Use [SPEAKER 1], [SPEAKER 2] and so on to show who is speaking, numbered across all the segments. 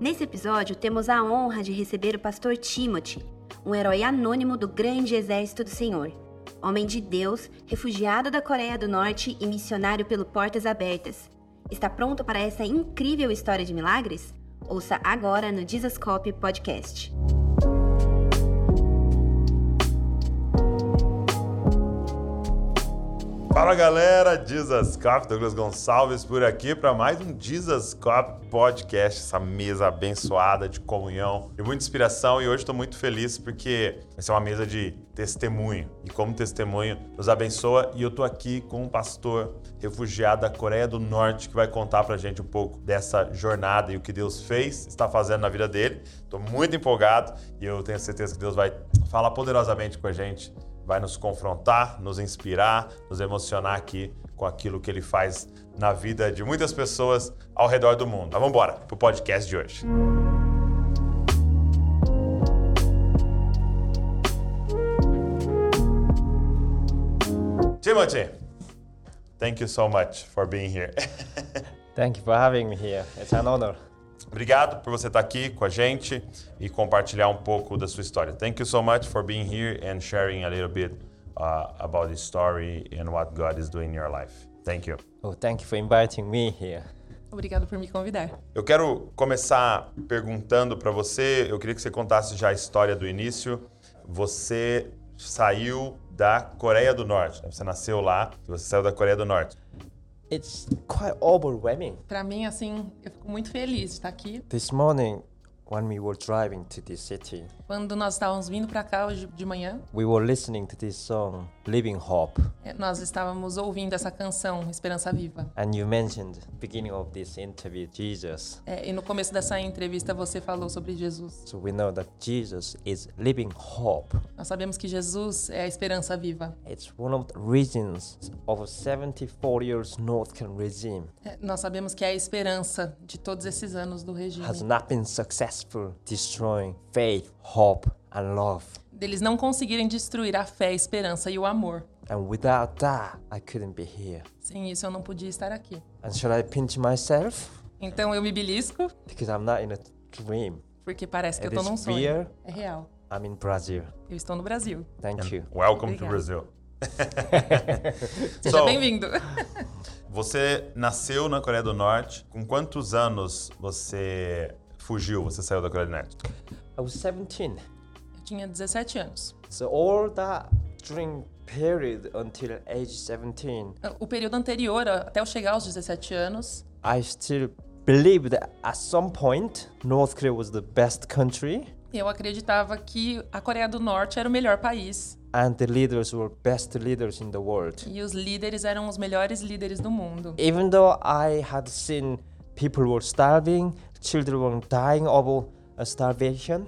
[SPEAKER 1] Nesse episódio, temos a honra de receber o pastor Timothy, um herói anônimo do grande exército do Senhor. Homem de Deus, refugiado da Coreia do Norte e missionário pelo Portas Abertas. Está pronto para essa incrível história de milagres? Ouça agora no Dizascope Podcast.
[SPEAKER 2] Fala galera, Jesus Cop, Douglas Gonçalves por aqui para mais um Jesus Cop Podcast, essa mesa abençoada de comunhão e muita inspiração. E hoje estou muito feliz porque essa é uma mesa de testemunho e, como testemunho, nos abençoa. E eu estou aqui com um pastor refugiado da Coreia do Norte que vai contar para gente um pouco dessa jornada e o que Deus fez, está fazendo na vida dele. Estou muito empolgado e eu tenho certeza que Deus vai falar poderosamente com a gente vai nos confrontar, nos inspirar, nos emocionar aqui com aquilo que ele faz na vida de muitas pessoas ao redor do mundo. Mas vamos embora pro podcast de hoje. Timothy, thank you so much for being here.
[SPEAKER 3] Thank you for having me here. It's an honor.
[SPEAKER 2] Obrigado por você estar aqui com a gente e compartilhar um pouco da sua história. Thank you so much for being here and sharing a little bit uh, about the story and what God is doing in your life. Thank you.
[SPEAKER 3] Oh, thank you for inviting me here.
[SPEAKER 4] Obrigado por me convidar.
[SPEAKER 2] Eu quero começar perguntando para você, eu queria que você contasse já a história do início. Você saiu da Coreia do Norte, né? você nasceu lá, você saiu da Coreia do Norte.
[SPEAKER 3] It's quite overwhelming.
[SPEAKER 4] Para mim, assim, eu fico muito feliz de estar aqui.
[SPEAKER 3] This morning, when we were driving to this city,
[SPEAKER 4] Quando nós estávamos vindo para cá hoje de manhã,
[SPEAKER 3] we were listening to this song, Living Hope.
[SPEAKER 4] eh, nós estávamos ouvindo essa canção Esperança Viva.
[SPEAKER 3] And you mentioned beginning of this interview, Jesus.
[SPEAKER 4] Eh, e no começo dessa entrevista você falou sobre Jesus.
[SPEAKER 3] So we know that Jesus is living hope.
[SPEAKER 4] Nós sabemos que Jesus é a esperança viva.
[SPEAKER 3] It's one of the reasons of a 74 years North Korean regime
[SPEAKER 4] Eh, nós sabemos que é a esperança de todos esses anos do regime.
[SPEAKER 3] has not been successful destroying faith, hope, and love.
[SPEAKER 4] Deles não conseguirem destruir a fé, a esperança e o amor.
[SPEAKER 3] And without that, I couldn't be here.
[SPEAKER 4] Sem isso eu não podia estar aqui.
[SPEAKER 3] And should I pinch myself?
[SPEAKER 4] Então eu me belisco,
[SPEAKER 3] Because I'm not in a dream.
[SPEAKER 4] porque parece que eu
[SPEAKER 3] It
[SPEAKER 4] tô
[SPEAKER 3] is
[SPEAKER 4] num
[SPEAKER 3] fear.
[SPEAKER 4] sonho. É real.
[SPEAKER 3] I'm in Brazil.
[SPEAKER 4] Eu estou no Brasil.
[SPEAKER 3] Thank you.
[SPEAKER 2] Welcome to
[SPEAKER 4] Obrigada.
[SPEAKER 2] Brazil.
[SPEAKER 4] Seja
[SPEAKER 2] So,
[SPEAKER 4] bem-vindo.
[SPEAKER 2] Você nasceu na Coreia do Norte. Com quantos anos você fugiu? Você saiu da Coreia do Norte?
[SPEAKER 3] I was 17.
[SPEAKER 4] Eu tinha 17 anos.
[SPEAKER 3] So all that dream period until age 17,
[SPEAKER 4] O período anterior, até eu chegar aos 17 anos,
[SPEAKER 3] I still believed that at some point North Korea was the best country
[SPEAKER 4] eu acreditava que a Coreia do Norte era o melhor país
[SPEAKER 3] and the leaders were best leaders in the world.
[SPEAKER 4] e os líderes eram os melhores líderes do mundo.
[SPEAKER 3] Even though I had seen people were starving, children were dying of uh, starvation,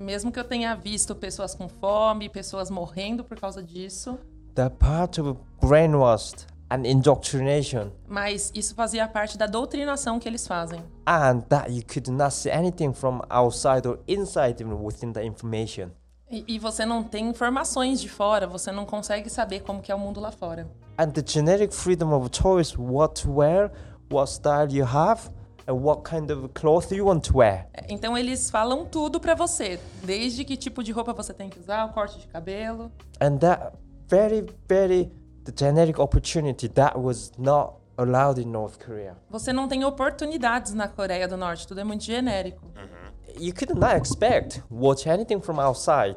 [SPEAKER 4] Mesmo que eu tenha visto pessoas com fome, pessoas morrendo por causa disso,
[SPEAKER 3] the part of brainwashed and indoctrination
[SPEAKER 4] mas isso fazia parte da doutrinação que eles fazem.
[SPEAKER 3] and that you could not see anything from outside or inside even within the information.
[SPEAKER 4] E, e você não tem informações de fora, você não consegue saber como que é o mundo lá fora.
[SPEAKER 3] And the generic freedom of choice what to wear, what style you have, and what kind of clothes you want to wear.
[SPEAKER 4] É, Então eles falam tudo pra você, desde que tipo de roupa você tem que usar, o corte de cabelo.
[SPEAKER 3] And that very, very the generic opportunity that was not allowed in North Korea.
[SPEAKER 4] Você não tem oportunidades na Coreia do Norte, tudo é muito genérico.
[SPEAKER 3] You could not expect watch anything from outside.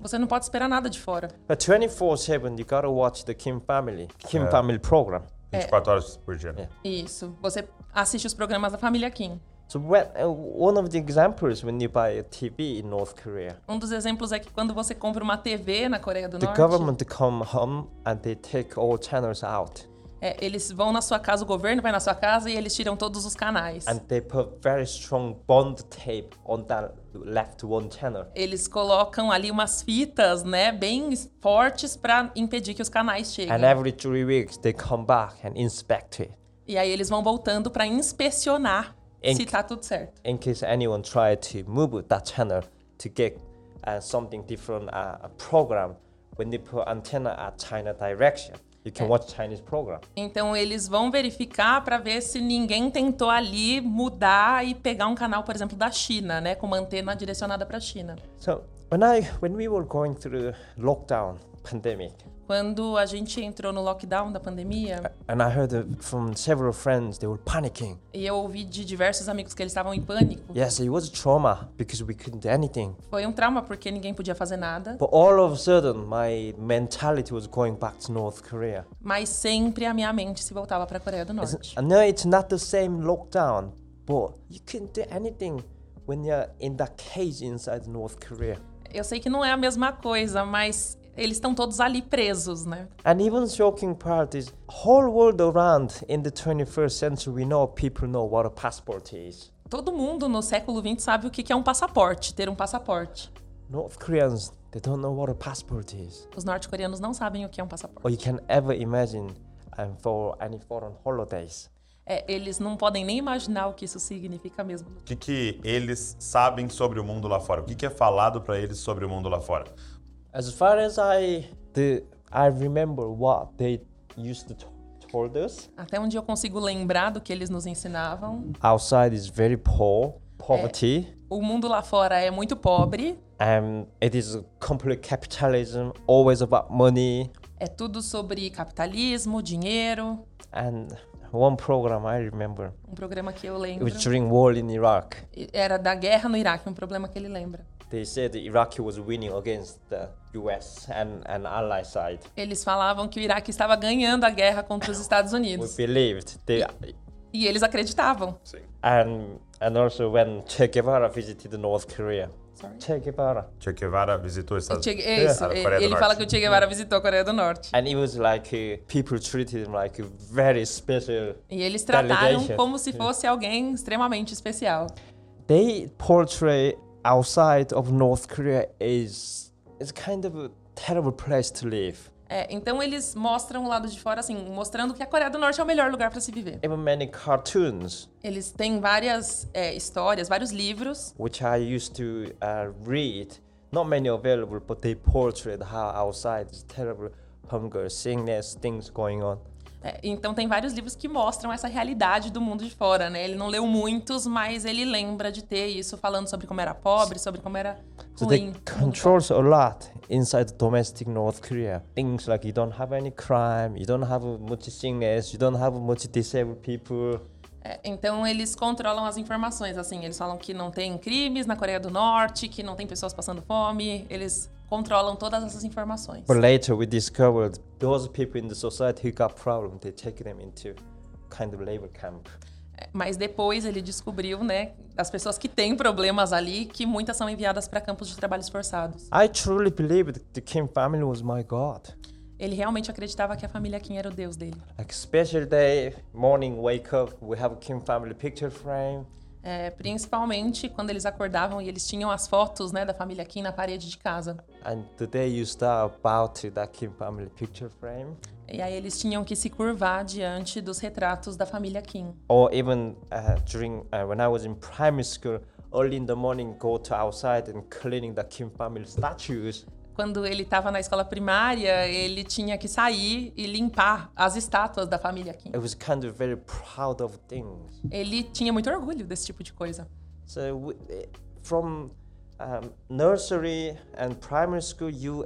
[SPEAKER 4] Você não pode esperar nada de fora.
[SPEAKER 3] But 24-7 you gotta watch the Kim family, Kim family program.
[SPEAKER 4] É.
[SPEAKER 2] 24 horas por dia. né?
[SPEAKER 4] Isso. Você assiste os programas da família Kim.
[SPEAKER 3] So when, uh, one of the examples when you buy a TV in North Korea,
[SPEAKER 4] Um dos exemplos é que quando você compra uma TV na Coreia do
[SPEAKER 3] the
[SPEAKER 4] Norte,
[SPEAKER 3] government come home and they take all channels out
[SPEAKER 4] é, eles vão na sua casa, o governo vai na sua casa e eles tiram todos os canais.
[SPEAKER 3] and they put very strong bond tape on that left one channel.
[SPEAKER 4] Eles colocam ali umas fitas, né, bem fortes pra impedir que os canais cheguem.
[SPEAKER 3] And every three weeks they come back and inspect it
[SPEAKER 4] E aí eles vão voltando pra inspecionar
[SPEAKER 3] Em-
[SPEAKER 4] se tá tudo certo.
[SPEAKER 3] in case anyone try to move that channel to get uh, something different, uh, a program when they put antenna at China direction. you can watch Chinese program.
[SPEAKER 4] Então eles vão verificar para ver se ninguém tentou ali mudar e pegar um canal, por exemplo, da China, né, com uma antena direcionada para a China.
[SPEAKER 3] So when I when we were going through lockdown pandemic,
[SPEAKER 4] Quando a gente entrou no lockdown da pandemia,
[SPEAKER 3] and I heard uh, from several friends they were panicking.
[SPEAKER 4] e eu ouvi de diversos amigos que eles estavam em pânico,
[SPEAKER 3] Yes, it was a trauma because we couldn't do anything.
[SPEAKER 4] foi um trauma porque ninguém podia fazer nada,
[SPEAKER 3] But all of a sudden, my mentality was going back to North Korea.
[SPEAKER 4] mas sempre a minha mente se voltava para a Coreia do Norte.
[SPEAKER 3] I know it's not the same lockdown, but you couldn't do anything when you're in that cage inside North Korea.
[SPEAKER 4] Eu sei que não é a mesma coisa, mas eles estão todos ali presos, né?
[SPEAKER 3] And even shocking part is whole world around in the 21st century we know people know what a passport is.
[SPEAKER 4] Todo mundo no século XX sabe o que que é um passaporte, ter um passaporte.
[SPEAKER 3] North Koreans they don't know what a passport is.
[SPEAKER 4] Os norte-coreanos não sabem o que é um passaporte.
[SPEAKER 3] Or you can ever imagine and for any foreign holidays.
[SPEAKER 4] É, eles não podem nem imaginar o que isso significa mesmo.
[SPEAKER 2] O que, que eles sabem sobre o mundo lá fora? O que, que é falado pra eles sobre o mundo lá fora?
[SPEAKER 3] As far as I the I remember what they used to t- told us.
[SPEAKER 4] Até onde eu consigo lembrar do que eles nos ensinavam.
[SPEAKER 3] Outside is very poor, poverty.
[SPEAKER 4] O mundo lá fora é muito pobre,
[SPEAKER 3] Um, it is a complete capitalism, always about money.
[SPEAKER 4] é tudo sobre capitalismo, dinheiro.
[SPEAKER 3] And one program I remember,
[SPEAKER 4] Um programa que eu
[SPEAKER 3] it
[SPEAKER 4] lembro
[SPEAKER 3] was during war in Iraq.
[SPEAKER 4] era da guerra no Iraque, um problema que ele lembra.
[SPEAKER 3] They said the Iraqi was winning against the U.S. and and ally side.
[SPEAKER 4] Eles falavam que o Iraque estava ganhando a guerra contra os Estados
[SPEAKER 3] We
[SPEAKER 4] Unidos.
[SPEAKER 3] believed they,
[SPEAKER 4] E eles acreditavam.
[SPEAKER 2] Sim.
[SPEAKER 3] and and also when Che Guevara visited North Korea.
[SPEAKER 4] Sorry.
[SPEAKER 3] Che Guevara,
[SPEAKER 2] Che Guevara visitou os Estados
[SPEAKER 4] Che- é isso,
[SPEAKER 2] a
[SPEAKER 4] é-
[SPEAKER 2] Coreia do
[SPEAKER 4] ele
[SPEAKER 2] Norte.
[SPEAKER 4] fala que o Che Guevara visitou a Coreia do Norte.
[SPEAKER 3] and it was like uh, people treated him like a very special.
[SPEAKER 4] E eles trataram
[SPEAKER 3] Delegation.
[SPEAKER 4] como se fosse alguém extremamente especial.
[SPEAKER 3] They portray outside of North Korea is is kind of a terrible place to live.
[SPEAKER 4] É, então eles mostram o lado de fora, assim, mostrando que a Coreia do Norte é o melhor lugar para se viver.
[SPEAKER 3] Even many cartoons
[SPEAKER 4] Eles têm várias é, histórias, vários livros.
[SPEAKER 3] which I used to uh, read. Not many available, but they portrayed how outside is terrible hunger, sickness, things going on.
[SPEAKER 4] é, então tem vários livros que mostram essa realidade do mundo de fora, né? Ele não leu muitos, mas ele lembra de ter isso falando sobre como era pobre, sobre como era
[SPEAKER 3] So
[SPEAKER 4] ruim.
[SPEAKER 3] they controls a lot inside domestic North Korea. Things like you don't have any crime, you don't have much sickness, you don't have much disabled people.
[SPEAKER 4] É, então eles controlam as informações, assim, eles falam que não tem crimes na Coreia do Norte, que não tem pessoas passando fome, eles controlam todas essas informações.
[SPEAKER 3] But later we discovered those people in the society who got problem, they take them into kind of labor camp.
[SPEAKER 4] É, Mas depois ele descobriu, né, das pessoas que têm problemas ali, que muitas são enviadas para campos de trabalhos forçados.
[SPEAKER 3] I truly believed the Kim family was my god.
[SPEAKER 4] Ele realmente acreditava que a família Kim era o deus dele.
[SPEAKER 3] Like special day, morning wake up, we have Kim family picture frame.
[SPEAKER 4] É, principalmente quando eles acordavam e eles tinham as fotos, né, da família Kim na parede de casa.
[SPEAKER 3] And the day you start about to that Kim family picture frame,
[SPEAKER 4] E aí eles tinham que se curvar diante dos retratos da família Kim.
[SPEAKER 3] or even uh, during uh, when I was in primary school, early in the morning, go to outside and cleaning the Kim family statues.
[SPEAKER 4] Quando ele estava na escola primária, ele tinha que sair e limpar as estátuas da família Kim.
[SPEAKER 3] I was kind of very proud of things.
[SPEAKER 4] Ele tinha muito orgulho desse tipo de coisa.
[SPEAKER 3] So w- eh, from um, nursery and primary school, you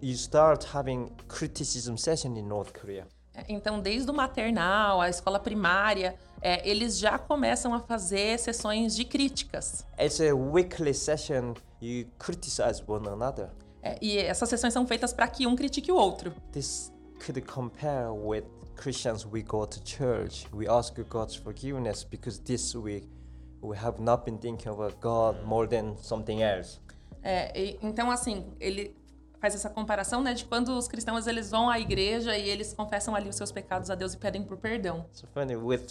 [SPEAKER 3] you start having criticism session in North Korea.
[SPEAKER 4] É, Então, desde o maternal, a escola primária, é, eles já começam a fazer sessões de críticas.
[SPEAKER 3] It's a weekly session. You criticize one another.
[SPEAKER 4] É, e essas sessões são feitas para que um critique o outro.
[SPEAKER 3] This could compare with Christians. We go to church. We ask God's forgiveness because this week we have not been thinking about God more than something else.
[SPEAKER 4] É, e- então, assim, ele faz essa comparação né, de quando os cristãos eles vão à igreja e eles confessam ali os seus pecados a Deus e pedem por perdão.
[SPEAKER 3] So funny with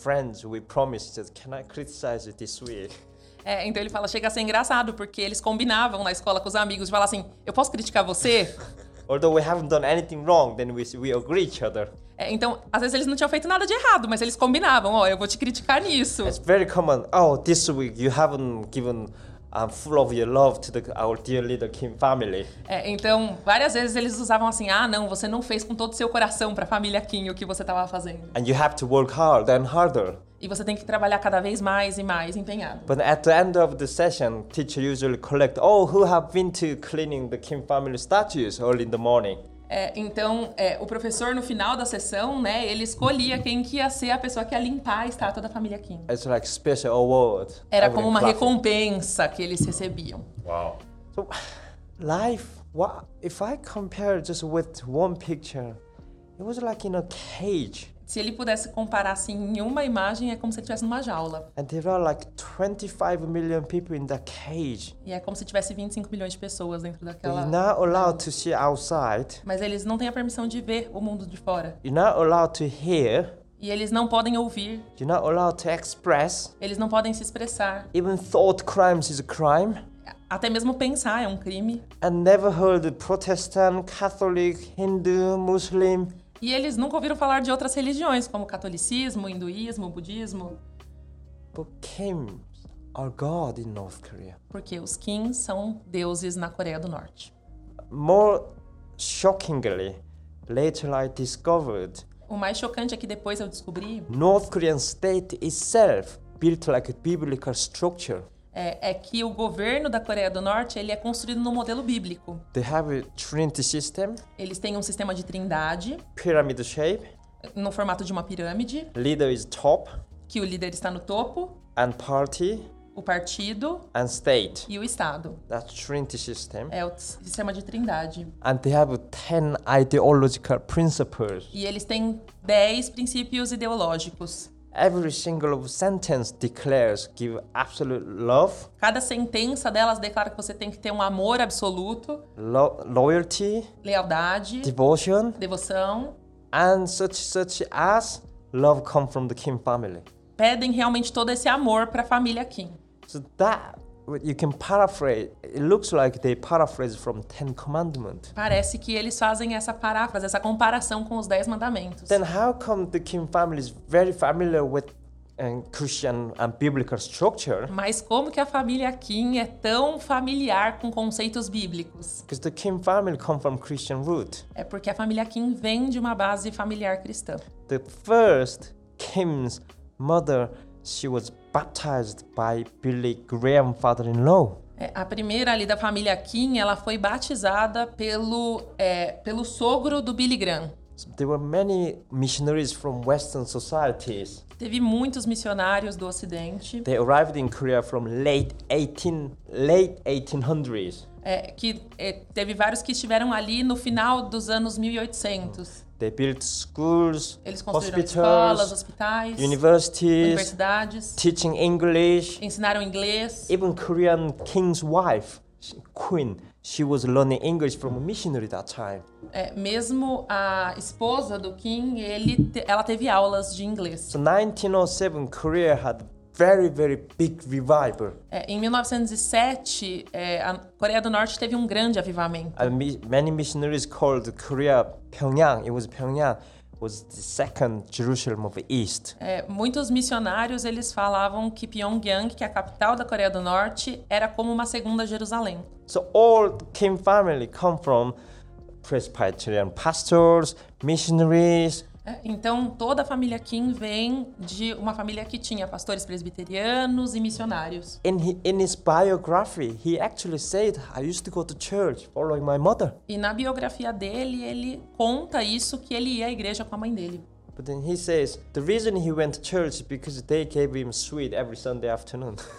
[SPEAKER 3] friends, we promise that can I criticize you this week?
[SPEAKER 4] É, então ele fala, chega a ser engraçado, porque eles combinavam na escola com os amigos de falar assim, eu posso criticar você?
[SPEAKER 3] Although we haven't done anything wrong, then we, we agree each other.
[SPEAKER 4] É, então, às vezes eles não tinham feito nada de errado, mas eles combinavam, ó, eu vou te criticar nisso.
[SPEAKER 3] It's very common. Oh, this week you haven't given I'm full of your love to the, our dear little Kim family.
[SPEAKER 4] É, então, várias vezes eles usavam assim: ah, não, você não fez com todo o seu coração pra família Kim o que você tava fazendo.
[SPEAKER 3] And you have to work hard and harder.
[SPEAKER 4] E você tem que trabalhar cada vez mais e mais empenhado.
[SPEAKER 3] But at the end of the session, teacher usually collect all who have been to cleaning the Kim family statues early in the morning.
[SPEAKER 4] É, então, é, o professor, no final da sessão, né, ele escolhia quem que ia ser a pessoa que ia limpar a estátua da família Kim.
[SPEAKER 3] It's like special award.
[SPEAKER 4] Era
[SPEAKER 3] Everyone
[SPEAKER 4] como uma
[SPEAKER 3] clapping.
[SPEAKER 4] recompensa que eles recebiam.
[SPEAKER 2] Uau.
[SPEAKER 3] So, life. What if I compare just with one picture? It was like in a cage,
[SPEAKER 4] Se ele pudesse comparar assim em uma imagem, é como se ele estivesse numa jaula.
[SPEAKER 3] and there are like 25 million people in that cage.
[SPEAKER 4] E é como se tivesse 25 milhões de pessoas dentro daquela.
[SPEAKER 3] You're not allowed to see outside.
[SPEAKER 4] Mas eles não têm a permissão de ver o mundo de fora.
[SPEAKER 3] You're not allowed to hear.
[SPEAKER 4] E eles não podem ouvir,
[SPEAKER 3] You're not allowed to express.
[SPEAKER 4] eles não podem se expressar.
[SPEAKER 3] Even thought crimes is a crime.
[SPEAKER 4] Até mesmo pensar é um crime.
[SPEAKER 3] I never heard of Protestant, Catholic, Hindu, Muslim.
[SPEAKER 4] E eles nunca ouviram falar de outras religiões, como catolicismo, hinduísmo, budismo.
[SPEAKER 3] But Kim are God in North Korea.
[SPEAKER 4] Porque os Kings são deuses na Coreia do Norte.
[SPEAKER 3] More shockingly, later I discovered
[SPEAKER 4] O mais chocante é que depois eu descobri
[SPEAKER 3] North Korean state itself built like a biblical structure.
[SPEAKER 4] é, é que o governo da Coreia do Norte ele é construído no modelo bíblico.
[SPEAKER 3] They have a trinity system,
[SPEAKER 4] Eles têm um sistema de trindade
[SPEAKER 3] pyramid shape,
[SPEAKER 4] no formato de uma pirâmide,
[SPEAKER 3] leader is top,
[SPEAKER 4] que o líder está no topo,
[SPEAKER 3] and party
[SPEAKER 4] o partido
[SPEAKER 3] and state.
[SPEAKER 4] e o estado.
[SPEAKER 3] That's trinity system.
[SPEAKER 4] É o t- sistema de trindade.
[SPEAKER 3] And they have 10 ideological principles.
[SPEAKER 4] E eles têm 10 princípios ideológicos.
[SPEAKER 3] Every single sentence declares give absolute love,
[SPEAKER 4] Cada sentença delas declara que você tem que ter um amor absoluto,
[SPEAKER 3] lo- loyalty,
[SPEAKER 4] lealdade,
[SPEAKER 3] devotion,
[SPEAKER 4] devoção.
[SPEAKER 3] and such such as love come from the Kim family.
[SPEAKER 4] Pedem realmente todo esse amor para a família Kim.
[SPEAKER 3] So that what you can paraphrase. It looks like they paraphrase from Ten Commandment.
[SPEAKER 4] Parece que eles fazem essa paráfrase, essa comparação com os 10 mandamentos.
[SPEAKER 3] Then how come the Kim family is very familiar with um, Christian and biblical structure?
[SPEAKER 4] Mas como que a família Kim é tão familiar com conceitos bíblicos?
[SPEAKER 3] Because the Kim family come from Christian root.
[SPEAKER 4] É porque a família Kim vem de uma base familiar cristã.
[SPEAKER 3] The first Kim's mother, she was baptized by Billy Graham father-in-law.
[SPEAKER 4] É, a primeira ali da família Kim, ela foi batizada pelo, é, pelo sogro do Billy Graham.
[SPEAKER 3] So there were many missionaries from Western societies.
[SPEAKER 4] Teve muitos missionários do Ocidente
[SPEAKER 3] They arrived in Korea from late 18 late 1800s.
[SPEAKER 4] é, que é, teve vários que estiveram ali no final dos anos 1800.
[SPEAKER 3] They built schools,
[SPEAKER 4] Eles construíram escolas,
[SPEAKER 3] hospitals,
[SPEAKER 4] hospitais,
[SPEAKER 3] universities,
[SPEAKER 4] universidades,
[SPEAKER 3] teaching English.
[SPEAKER 4] ensinaram inglês.
[SPEAKER 3] Even Korean king's wife, she- queen, she was learning English from a missionary that time.
[SPEAKER 4] É, mesmo a esposa do Kim, ele te- ela teve aulas de inglês.
[SPEAKER 3] So 1907, Korea had very, very big revival.
[SPEAKER 4] É, em 1907, é, a Coreia do Norte teve um grande avivamento.
[SPEAKER 3] And mi- many missionaries called Korea Pyongyang. It was Pyongyang, was the second Jerusalem of the East.
[SPEAKER 4] É, muitos missionários eles falavam que Pyongyang, que é a capital da Coreia do Norte, era como uma segunda Jerusalém.
[SPEAKER 3] So all Kim family come from Presbyterian pastors, missionaries,
[SPEAKER 4] É, Então, toda a família Kim vem de uma família que tinha pastores presbiterianos e missionários.
[SPEAKER 3] in, he, in his biography, he actually said, I used to go to church following my mother.
[SPEAKER 4] E na biografia dele, ele conta isso que ele ia à igreja com a mãe dele.
[SPEAKER 3] But then he says, the reason he went to church is because they gave him sweet every Sunday afternoon.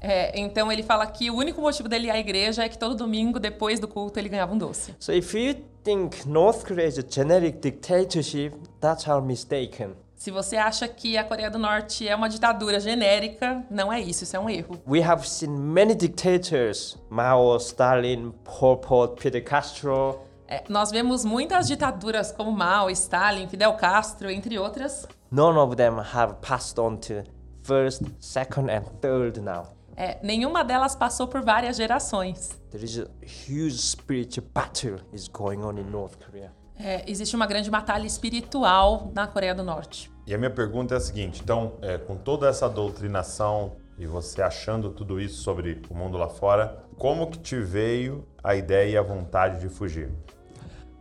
[SPEAKER 4] É, então ele fala que o único motivo dele ir à igreja é que todo domingo, depois do culto, ele ganhava um doce.
[SPEAKER 3] so if you think North Korea is a genetic dictatorship, that's how mistaken.
[SPEAKER 4] Se você acha que a Coreia do Norte é uma ditadura genérica, não é isso, isso é um erro.
[SPEAKER 3] We have seen many dictators, Mao, Stalin, Pol Pot, Peter Castro.
[SPEAKER 4] É, nós vemos muitas ditaduras como Mao, Stalin, Fidel Castro, entre outras.
[SPEAKER 3] None of them have passed on to first, second, and third now.
[SPEAKER 4] É, nenhuma delas passou por várias gerações.
[SPEAKER 3] There is a huge spiritual battle is going on in North Korea.
[SPEAKER 4] É, existe uma grande batalha espiritual na Coreia do Norte.
[SPEAKER 2] E a minha pergunta é a seguinte: então, é, com toda essa doutrinação e você achando tudo isso sobre o mundo lá fora, como que te veio a ideia e a vontade de fugir?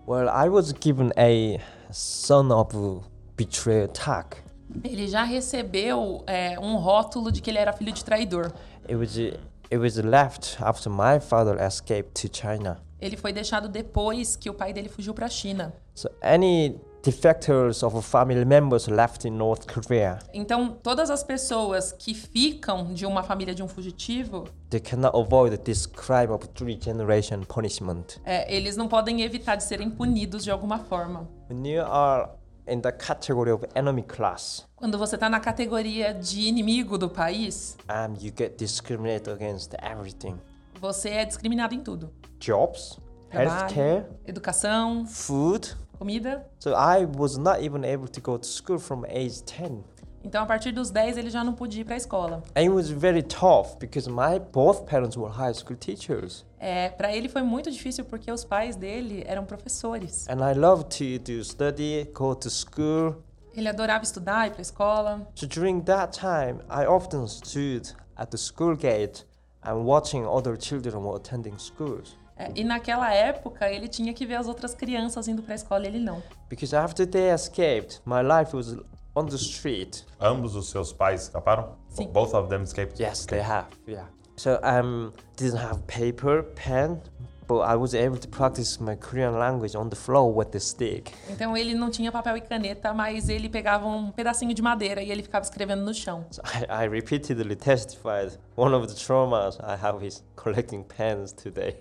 [SPEAKER 3] Well, I was given a son of betrayal tag.
[SPEAKER 4] Ele já recebeu é, um rótulo de que ele era filho de traidor.
[SPEAKER 3] It was it was left after my father escaped to China.
[SPEAKER 4] Ele foi deixado depois que o pai dele fugiu para a China.
[SPEAKER 3] So any defectors of family members left in North Korea,
[SPEAKER 4] Então, todas as pessoas que ficam de uma família de um fugitivo,
[SPEAKER 3] they cannot avoid this crime of three generation punishment.
[SPEAKER 4] é, eles não podem evitar de serem punidos de alguma forma.
[SPEAKER 3] When you are in the category of enemy class,
[SPEAKER 4] Quando você está na categoria de inimigo do país,
[SPEAKER 3] um, you get discriminated against everything.
[SPEAKER 4] você é discriminado em tudo:
[SPEAKER 3] Jobs, healthcare,
[SPEAKER 4] educação,
[SPEAKER 3] food.
[SPEAKER 4] comida.
[SPEAKER 3] So I was not even able to go to school from age 10.
[SPEAKER 4] Então, a partir dos 10, ele já não podia ir para a escola.
[SPEAKER 3] And it was very tough because my both parents were high school teachers.
[SPEAKER 4] É, para ele foi muito difícil porque os pais dele eram professores.
[SPEAKER 3] And I loved to do study, go to school.
[SPEAKER 4] Ele adorava estudar, ir para a escola.
[SPEAKER 3] So during that time, I often stood at the school gate and watching other children were attending schools.
[SPEAKER 4] É, e naquela época, ele tinha que ver as outras crianças indo para a escola e ele não.
[SPEAKER 3] Because after they escaped, my life was on the street.
[SPEAKER 2] Ambos os seus pais escaparam?
[SPEAKER 4] Sim.
[SPEAKER 2] Both of them escaped?
[SPEAKER 3] Yes, they have. Yeah. So I um, didn't have paper, pen, but I was able to practice my Korean language on the floor with the stick.
[SPEAKER 4] Então ele não tinha papel e caneta, mas ele pegava um pedacinho de madeira e ele ficava escrevendo no chão.
[SPEAKER 3] So I, I repeatedly testified one of the traumas I have is collecting pens today.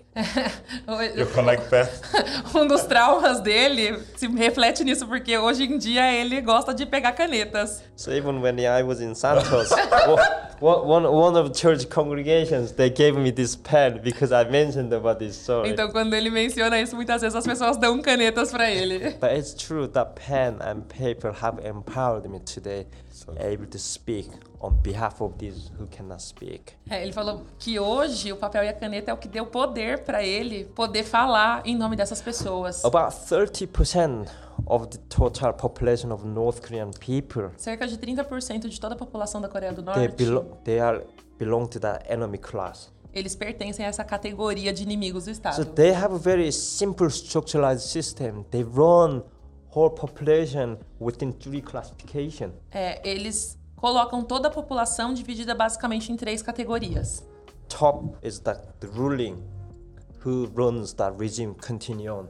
[SPEAKER 2] You collect pets?
[SPEAKER 4] um dos traumas dele se reflete nisso, porque hoje em dia ele gosta de pegar canetas.
[SPEAKER 3] So even when I was in Santos, o- o- one, one of church congregations they gave me this pen because I mentioned about this story.
[SPEAKER 4] Então quando ele menciona isso, muitas vezes as pessoas dão canetas pra ele.
[SPEAKER 3] But it's true that pen and paper have empowered me today, able to speak on behalf of these who cannot speak.
[SPEAKER 4] É, ele falou que hoje o papel e a caneta é o que deu poder pra ele poder falar em nome dessas pessoas.
[SPEAKER 3] About 30% of the total population of North Korean people
[SPEAKER 4] Cerca de 30% de toda a população da Coreia do
[SPEAKER 3] they,
[SPEAKER 4] Norte,
[SPEAKER 3] belo- they are belong to that enemy class.
[SPEAKER 4] eles pertencem a essa categoria de inimigos do Estado.
[SPEAKER 3] So they have a very simple structuralized system. They run whole population within three classification.
[SPEAKER 4] É, eles colocam toda a população dividida basicamente em três categorias.
[SPEAKER 3] Top is that the ruling who runs that regime continue on.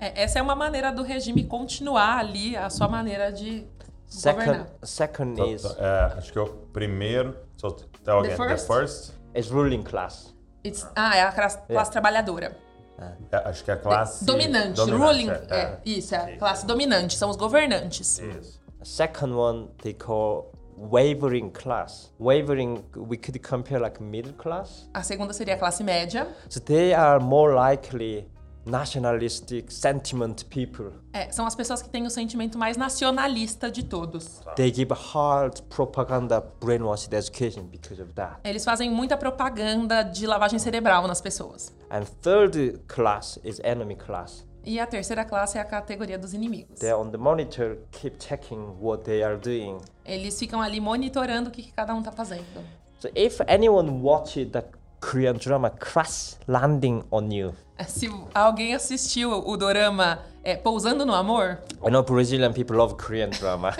[SPEAKER 4] É, essa é uma maneira do regime continuar ali a sua maneira de
[SPEAKER 3] Second,
[SPEAKER 4] governar.
[SPEAKER 3] second
[SPEAKER 2] Então,
[SPEAKER 3] is,
[SPEAKER 2] é, acho que é o primeiro. So tell again. The
[SPEAKER 4] first?
[SPEAKER 2] first.
[SPEAKER 3] is ruling class.
[SPEAKER 4] It's- ah, é a classe, classe trabalhadora.
[SPEAKER 2] É, acho que é a classe.
[SPEAKER 4] dominante, ruling. É, isso, é a classe dominante, são os governantes.
[SPEAKER 2] é. Isso.
[SPEAKER 3] Second one they call wavering class. Wavering we could compare like middle class.
[SPEAKER 4] A segunda seria a classe média.
[SPEAKER 3] So they are more likely nationalistic sentiment people.
[SPEAKER 4] É, são as pessoas que têm o sentimento mais nacionalista de todos.
[SPEAKER 3] They give hard propaganda brainwashed education because of that.
[SPEAKER 4] Eles fazem muita propaganda de lavagem cerebral nas pessoas.
[SPEAKER 3] And third class is enemy class.
[SPEAKER 4] E a terceira classe é a categoria dos inimigos.
[SPEAKER 3] They're on the monitor, keep checking what they are doing.
[SPEAKER 4] Eles ficam ali monitorando o que, que cada um tá fazendo.
[SPEAKER 3] So if anyone watches the Korean drama Crash Landing on You,
[SPEAKER 4] É, Se alguém assistiu o dorama é, Pousando no Amor,
[SPEAKER 3] I know Brazilian people love Korean drama.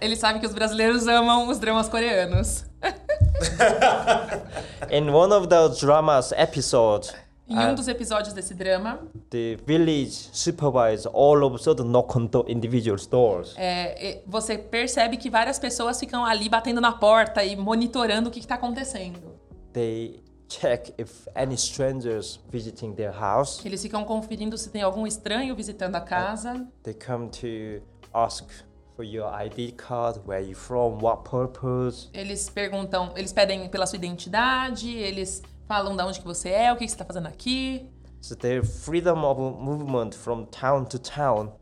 [SPEAKER 4] ele sabe que os brasileiros amam os dramas coreanos.
[SPEAKER 3] In one of the drama's episodes,
[SPEAKER 4] Em um dos episódios desse drama,
[SPEAKER 3] the village supervisor all of a sudden knock on the individual's doors.
[SPEAKER 4] é, e- você percebe que várias pessoas ficam ali batendo na porta e monitorando o que, que tá acontecendo.
[SPEAKER 3] They check if any strangers visiting their house.
[SPEAKER 4] Eles ficam conferindo se tem algum estranho visitando a casa.
[SPEAKER 3] They come to ask for your ID card, where you from, what purpose.
[SPEAKER 4] Eles perguntam, eles pedem pela sua identidade, eles falam de onde que você é, o que, que você tá fazendo aqui.
[SPEAKER 3] So their freedom of movement from town to town.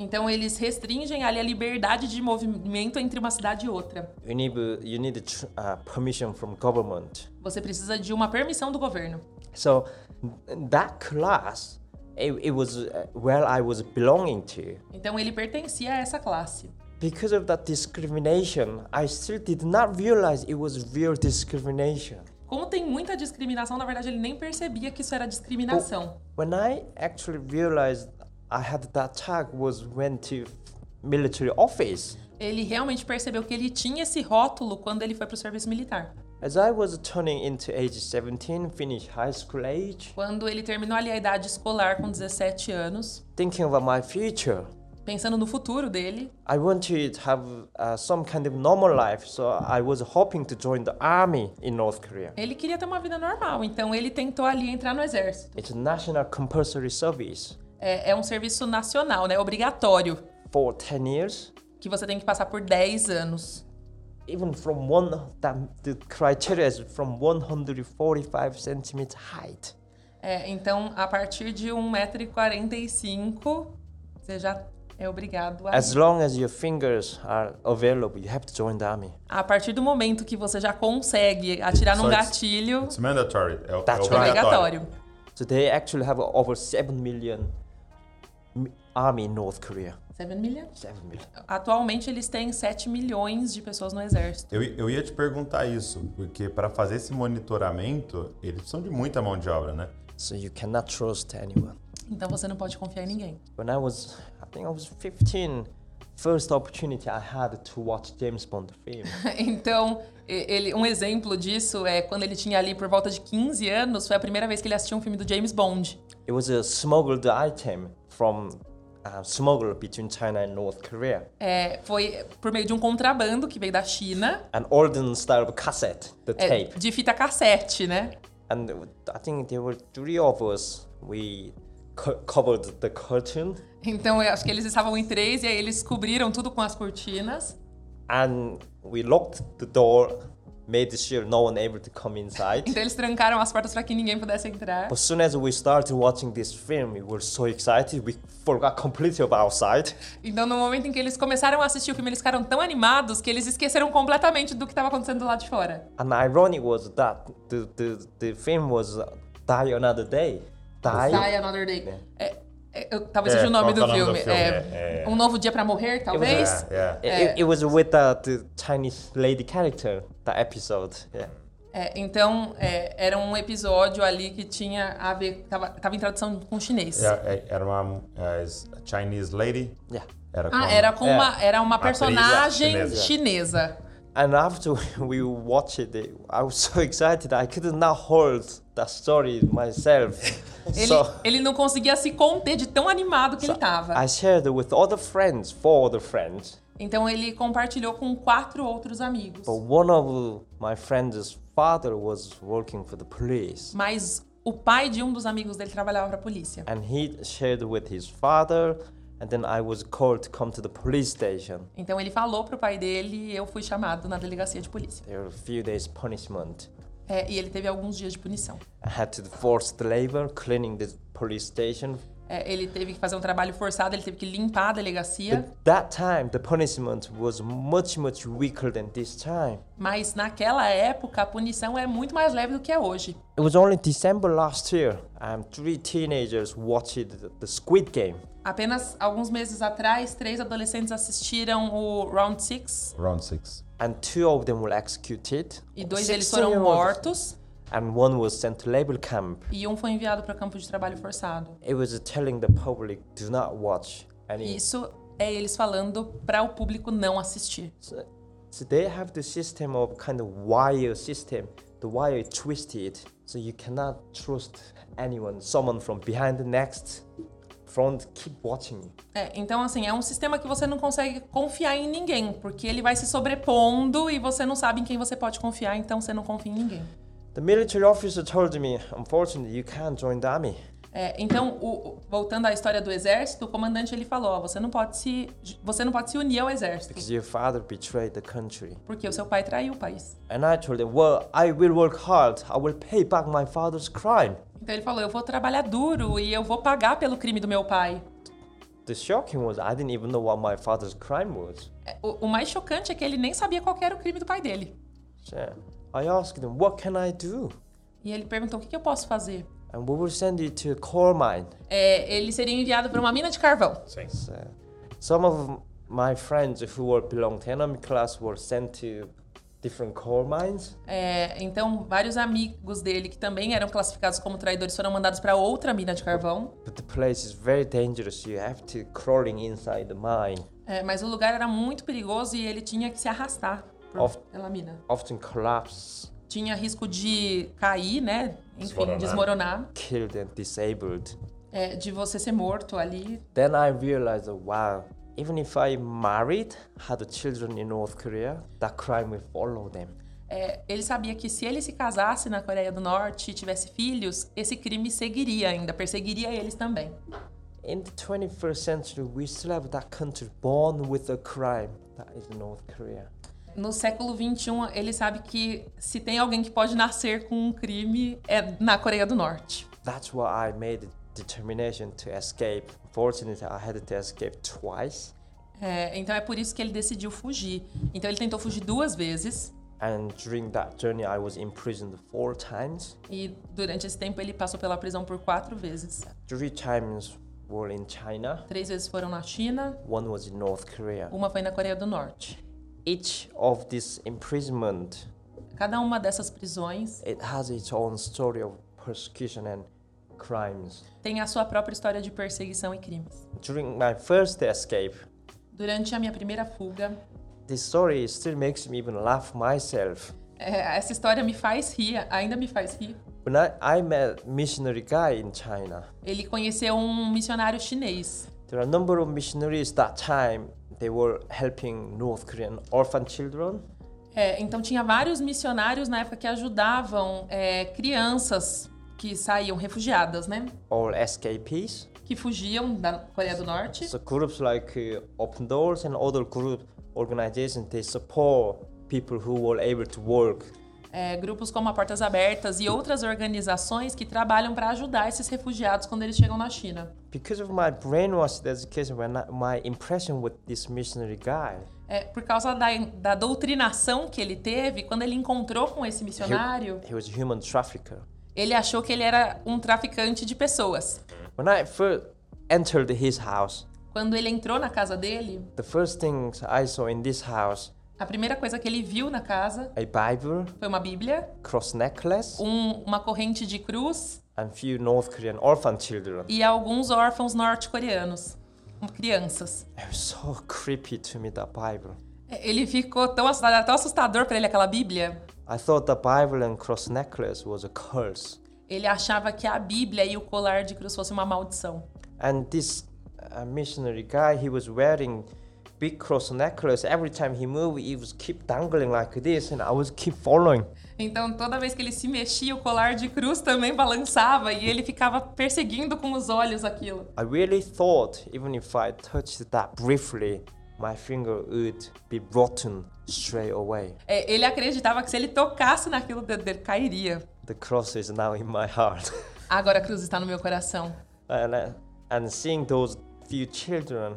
[SPEAKER 4] Então eles restringem ali a liberdade de movimento entre uma cidade e outra.
[SPEAKER 3] You need you need tr- uh, permission from government.
[SPEAKER 4] Você precisa de uma permissão do governo.
[SPEAKER 3] So that class, it, it was uh, where I was belonging to.
[SPEAKER 4] Então ele pertencia a essa classe.
[SPEAKER 3] because of that discrimination, I still did not realize it was real discrimination.
[SPEAKER 4] Como tem muita discriminação, na verdade ele nem percebia que isso era discriminação.
[SPEAKER 3] When I actually realized I had that tag was when to military office.
[SPEAKER 4] Ele realmente percebeu que ele tinha esse rótulo quando ele foi pro serviço militar.
[SPEAKER 3] As I was turning into age 17, finished high school age,
[SPEAKER 4] Quando ele terminou ali a idade escolar com 17 anos,
[SPEAKER 3] thinking about my future,
[SPEAKER 4] pensando no futuro dele,
[SPEAKER 3] I wanted to have uh, some kind of normal life, so I was hoping to join the army in North Korea.
[SPEAKER 4] ele queria ter uma vida normal, então ele tentou ali entrar no exército.
[SPEAKER 3] It's national compulsory service
[SPEAKER 4] É, é um serviço nacional, né? Obrigatório,
[SPEAKER 3] for 10 years.
[SPEAKER 4] que você tem que passar por 10 anos.
[SPEAKER 3] Even from one, that the criteria is from 145 centimeter height.
[SPEAKER 4] É, então, a partir de 1,45m, você já é obrigado a.
[SPEAKER 3] As long as your fingers are available, you have to join the army.
[SPEAKER 4] A partir do momento que você já consegue atirar num
[SPEAKER 2] Só isso.
[SPEAKER 4] gatilho,
[SPEAKER 2] It's mandatory. É, o- é
[SPEAKER 3] That's right.
[SPEAKER 4] obrigatório.
[SPEAKER 3] So they actually have over 7 million m- army in North Korea.
[SPEAKER 4] 7 milhões.
[SPEAKER 3] 7 million.
[SPEAKER 4] Atualmente eles têm 7 milhões de pessoas no exército.
[SPEAKER 2] Eu, eu ia te perguntar isso, porque para fazer esse monitoramento, eles precisam de muita mão de obra, né?
[SPEAKER 3] So you cannot trust anyone.
[SPEAKER 4] Então você não pode confiar em ninguém.
[SPEAKER 3] When I was, I think I was 15, first opportunity I had to watch James Bond film.
[SPEAKER 4] Então, e- ele, um exemplo disso é quando ele tinha ali por volta de 15 anos, foi a primeira vez que ele assistiu um filme do James Bond.
[SPEAKER 3] it was a smuggled item from uh, smuggled between China and North Korea.
[SPEAKER 4] É, foi por meio de um contrabando que veio da China,
[SPEAKER 3] An olden style of cassette, the
[SPEAKER 4] é,
[SPEAKER 3] tape.
[SPEAKER 4] de fita cassete, né?
[SPEAKER 3] And I think there were three of us. We co- covered the curtain
[SPEAKER 4] Então, eu acho que eles estavam em três e aí eles cobriram tudo com as cortinas.
[SPEAKER 3] and we locked the door, made sure no one able to come inside.
[SPEAKER 4] Então, eles trancaram as portas para que ninguém pudesse entrar.
[SPEAKER 3] As soon as we started watching this film, we were so excited we forgot completely about outside.
[SPEAKER 4] Então, no momento em que eles começaram a assistir o filme, eles ficaram tão animados que eles esqueceram completamente do que estava acontecendo do lado de fora.
[SPEAKER 3] And ironic was that the, the, the film was uh, Die Another Day. Die,
[SPEAKER 4] Die Another Day. É, é, eu- talvez
[SPEAKER 2] É,
[SPEAKER 4] seja o nome,
[SPEAKER 2] qual
[SPEAKER 4] do,
[SPEAKER 2] que é o nome do filme?
[SPEAKER 4] filme. É,
[SPEAKER 2] É, é.
[SPEAKER 4] Um Novo Dia Pra Morrer, talvez.
[SPEAKER 2] É, é.
[SPEAKER 3] It, it was with uh, the Chinese lady character, the episode. Yeah.
[SPEAKER 4] É, então, é, era um episódio ali que tinha a ver. Tava, tava em tradução com chinês.
[SPEAKER 2] É, é, Era uma é, Chinese lady.
[SPEAKER 3] Yeah.
[SPEAKER 2] Era com-
[SPEAKER 4] Ah, era com
[SPEAKER 3] É.
[SPEAKER 4] uma, era uma
[SPEAKER 2] Atriz
[SPEAKER 4] personagem
[SPEAKER 2] chinesa.
[SPEAKER 4] chinesa.
[SPEAKER 3] And after we watched it, I was so excited I could not hold that story myself.
[SPEAKER 4] Ele,
[SPEAKER 3] so
[SPEAKER 4] ele não conseguia se conter de tão animado que ele tava.
[SPEAKER 3] I shared it with other friends, four other friends.
[SPEAKER 4] Então ele compartilhou com quatro outros amigos.
[SPEAKER 3] But one of my friend's father was working for the police.
[SPEAKER 4] Mas o pai de um dos amigos dele trabalhava pra polícia.
[SPEAKER 3] And he shared with his father, and then I was called to come to the police station.
[SPEAKER 4] Então ele falou pro pai dele e eu fui chamado na delegacia de polícia.
[SPEAKER 3] There were a few days punishment.
[SPEAKER 4] É, e ele teve alguns dias de punição.
[SPEAKER 3] I had to force the labor, cleaning the police station.
[SPEAKER 4] É, ele teve que fazer um trabalho forçado, ele teve que limpar a delegacia.
[SPEAKER 3] But that time, the punishment was much, much weaker than this time.
[SPEAKER 4] Mas naquela época a punição é muito mais leve do que é hoje.
[SPEAKER 3] It was only December last year. Um, three teenagers watched the- the Squid Game.
[SPEAKER 4] Apenas alguns meses atrás, três adolescentes assistiram o Round Six
[SPEAKER 2] Round six.
[SPEAKER 3] And two of them were executed.
[SPEAKER 4] e
[SPEAKER 3] 16
[SPEAKER 4] dois deles foram
[SPEAKER 3] year olds.
[SPEAKER 4] mortos
[SPEAKER 3] And one was sent to labor camp.
[SPEAKER 4] e um foi enviado para campo de trabalho forçado.
[SPEAKER 3] It was telling the public, do not watch any.
[SPEAKER 4] Isso é eles falando para o público não assistir.
[SPEAKER 3] So, so they have the system of kind of wire system. The wire is twisted, so you cannot trust anyone. Someone from behind the next front keep watching you.
[SPEAKER 4] É, então, assim, é um sistema que você não consegue confiar em ninguém, porque ele vai se sobrepondo e você não sabe em quem você pode confiar, então você não confia em ninguém.
[SPEAKER 3] The military officer told me, unfortunately, you can't join the army.
[SPEAKER 4] É, então, o- o- voltando à história do exército, o comandante ele falou: ó, você não pode se, você não pode se unir ao exército,
[SPEAKER 3] Because your father betrayed the country.
[SPEAKER 4] porque o seu pai traiu o país.
[SPEAKER 3] And I told him, well, I will work hard. I will pay back my father's crime.
[SPEAKER 4] Então ele falou: eu vou trabalhar duro e eu vou pagar pelo crime do meu pai.
[SPEAKER 3] The shocking was I didn't even know what my father's crime was.
[SPEAKER 4] É, O, o mais chocante é que ele nem sabia qual que era o crime do pai dele.
[SPEAKER 3] So I asked him, what can I do?
[SPEAKER 4] E ele perguntou: o que, que eu posso fazer?
[SPEAKER 3] And we will send you to a coal mine.
[SPEAKER 4] É, ele seria enviado para uma mina de carvão.
[SPEAKER 2] Sim.
[SPEAKER 3] So some of my friends who were belong to enemy class were sent to different coal mines.
[SPEAKER 4] É, então, vários amigos dele que também eram classificados como traidores foram mandados para outra mina de carvão.
[SPEAKER 3] But the place is very dangerous. You have to crawling inside the mine,
[SPEAKER 4] É, mas o lugar era muito perigoso e ele tinha que se arrastar por-
[SPEAKER 3] Of-
[SPEAKER 4] pela mina.
[SPEAKER 3] often collapse,
[SPEAKER 4] Tinha risco de cair, né? Enfim,
[SPEAKER 2] Desmoronar.
[SPEAKER 4] desmoronar.
[SPEAKER 3] killed and disabled.
[SPEAKER 4] É, de você ser morto ali.
[SPEAKER 3] Then I realized, that, wow, even if I married, had children in North Korea, that crime will follow them.
[SPEAKER 4] É, ele sabia que se ele se casasse na Coreia do Norte e tivesse filhos, esse crime seguiria ainda, perseguiria eles também.
[SPEAKER 3] In the 21st century, we still have that country born with a crime. That is North Korea.
[SPEAKER 4] No século XXI, ele sabe que se tem alguém que pode nascer com um crime é na Coreia do Norte.
[SPEAKER 3] That's why I made the determination to escape. Fortunately, I had to escape twice.
[SPEAKER 4] É, então é por isso que ele decidiu fugir. Então ele tentou fugir duas vezes
[SPEAKER 3] And during that journey, I was imprisoned four times.
[SPEAKER 4] e durante esse tempo ele passou pela prisão por quatro vezes.
[SPEAKER 3] Three times were in China,
[SPEAKER 4] Três vezes foram na China,
[SPEAKER 3] one was in North Korea.
[SPEAKER 4] uma foi na Coreia do Norte.
[SPEAKER 3] Each of these imprisonment
[SPEAKER 4] Cada uma dessas prisões
[SPEAKER 3] it has its own story of persecution and crimes.
[SPEAKER 4] tem a sua própria história de perseguição e crimes.
[SPEAKER 3] During my first escape,
[SPEAKER 4] Durante a minha primeira fuga,
[SPEAKER 3] this story still makes me even laugh myself.
[SPEAKER 4] é, essa história me faz rir, ainda me faz rir.
[SPEAKER 3] When I, I met missionary guy in China,
[SPEAKER 4] Ele conheceu um missionário chinês.
[SPEAKER 3] there are a number of missionaries that time they were helping North Korean orphan children.
[SPEAKER 4] É, então tinha vários missionários na época que ajudavam é, crianças que saíam refugiadas, né?
[SPEAKER 3] Or escapees.
[SPEAKER 4] Que fugiam da Coreia do Norte.
[SPEAKER 3] So groups like uh, Open Doors and other group organizations they support people who were able to work
[SPEAKER 4] É, grupos como a Portas Abertas e outras organizações que trabalham para ajudar esses refugiados quando eles chegam na China.
[SPEAKER 3] because of my brainwashed education, when I, my impression with this missionary guy,
[SPEAKER 4] É, por causa da, da doutrinação que ele teve, quando ele encontrou com esse
[SPEAKER 3] he,
[SPEAKER 4] missionário,
[SPEAKER 3] he was a human trafficker.
[SPEAKER 4] ele achou que ele era um traficante de pessoas.
[SPEAKER 3] When I first entered his house,
[SPEAKER 4] Quando ele entrou na casa dele,
[SPEAKER 3] the first things I saw in this house
[SPEAKER 4] a primeira coisa que ele viu na casa
[SPEAKER 3] a Bible,
[SPEAKER 4] foi uma Bíblia,
[SPEAKER 3] cross necklace,
[SPEAKER 4] um- uma corrente de cruz
[SPEAKER 3] and few North Korean orphan children.
[SPEAKER 4] e alguns órfãos norte-coreanos, com crianças.
[SPEAKER 3] It was so creepy to me that Bible.
[SPEAKER 4] Ele ficou tão assustado, era tão assustador para ele aquela Bíblia.
[SPEAKER 3] I thought the Bible and cross necklace was a curse,
[SPEAKER 4] Ele achava que a Bíblia e o colar de cruz fosse uma maldição.
[SPEAKER 3] and this uh, missionary guy he was wearing. Big cross necklace. Every time he moved, he was keep dangling like this, and I was keep following.
[SPEAKER 4] Então, toda vez que ele se mexia, o colar de cruz também balançava e ele ficava perseguindo com os olhos aquilo.
[SPEAKER 3] I really thought even if I touched that briefly, my finger would be rotten straight away.
[SPEAKER 4] É, ele acreditava que se ele tocasse naquilo, o dedo dele cairia.
[SPEAKER 3] The cross is now in my heart.
[SPEAKER 4] Agora a cruz está no meu coração.
[SPEAKER 3] and, uh, and seeing those few children,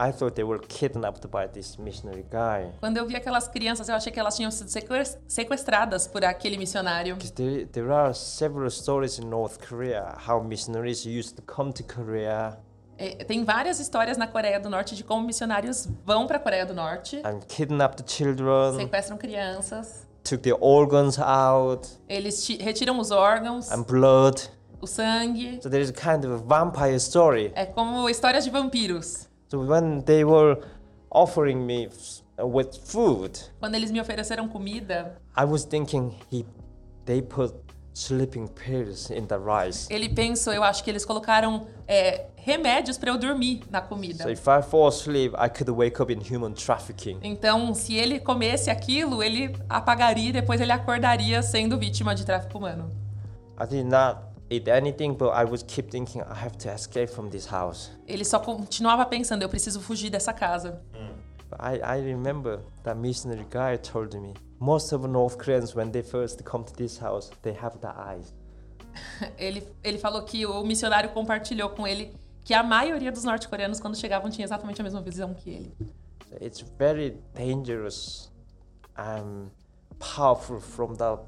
[SPEAKER 3] I thought they were kidnapped by this missionary guy.
[SPEAKER 4] Quando eu vi aquelas crianças, eu achei que elas tinham sido sequest- sequestradas por aquele missionário.
[SPEAKER 3] 'Cause There, there are several stories in North Korea how missionaries used to come to Korea
[SPEAKER 4] É, tem várias histórias na Coreia do Norte de como missionários vão para a Coreia do Norte,
[SPEAKER 3] and kidnap the children,
[SPEAKER 4] sequestram crianças,
[SPEAKER 3] took their organs out
[SPEAKER 4] eles ti- retiram os órgãos,
[SPEAKER 3] and blood.
[SPEAKER 4] o sangue.
[SPEAKER 3] So there is kind of a vampire story.
[SPEAKER 4] É como histórias de vampiros.
[SPEAKER 3] So when they were offering me f- with food,
[SPEAKER 4] Quando eles me ofereceram comida,
[SPEAKER 3] I was thinking he, they put sleeping pills in the rice.
[SPEAKER 4] ele pensou, eu acho que eles colocaram é, remédios para eu dormir na comida.
[SPEAKER 3] So if I fall asleep, I could wake up in human trafficking.
[SPEAKER 4] Então, se ele comesse aquilo, ele apagaria e depois ele acordaria sendo vítima de tráfico humano.
[SPEAKER 3] I did not eat anything, but I was keep thinking I have to escape from this house.
[SPEAKER 4] Ele só continuava pensando, eu preciso fugir dessa casa.
[SPEAKER 3] But I, I remember that missionary guy told me most of North Koreans when they first come to this house, they have the eyes.
[SPEAKER 4] Ele, ele falou que o missionário compartilhou com ele que a maioria dos norte-coreanos, quando chegavam, tinha exatamente a mesma visão que ele.
[SPEAKER 3] So It's very dangerous and powerful from the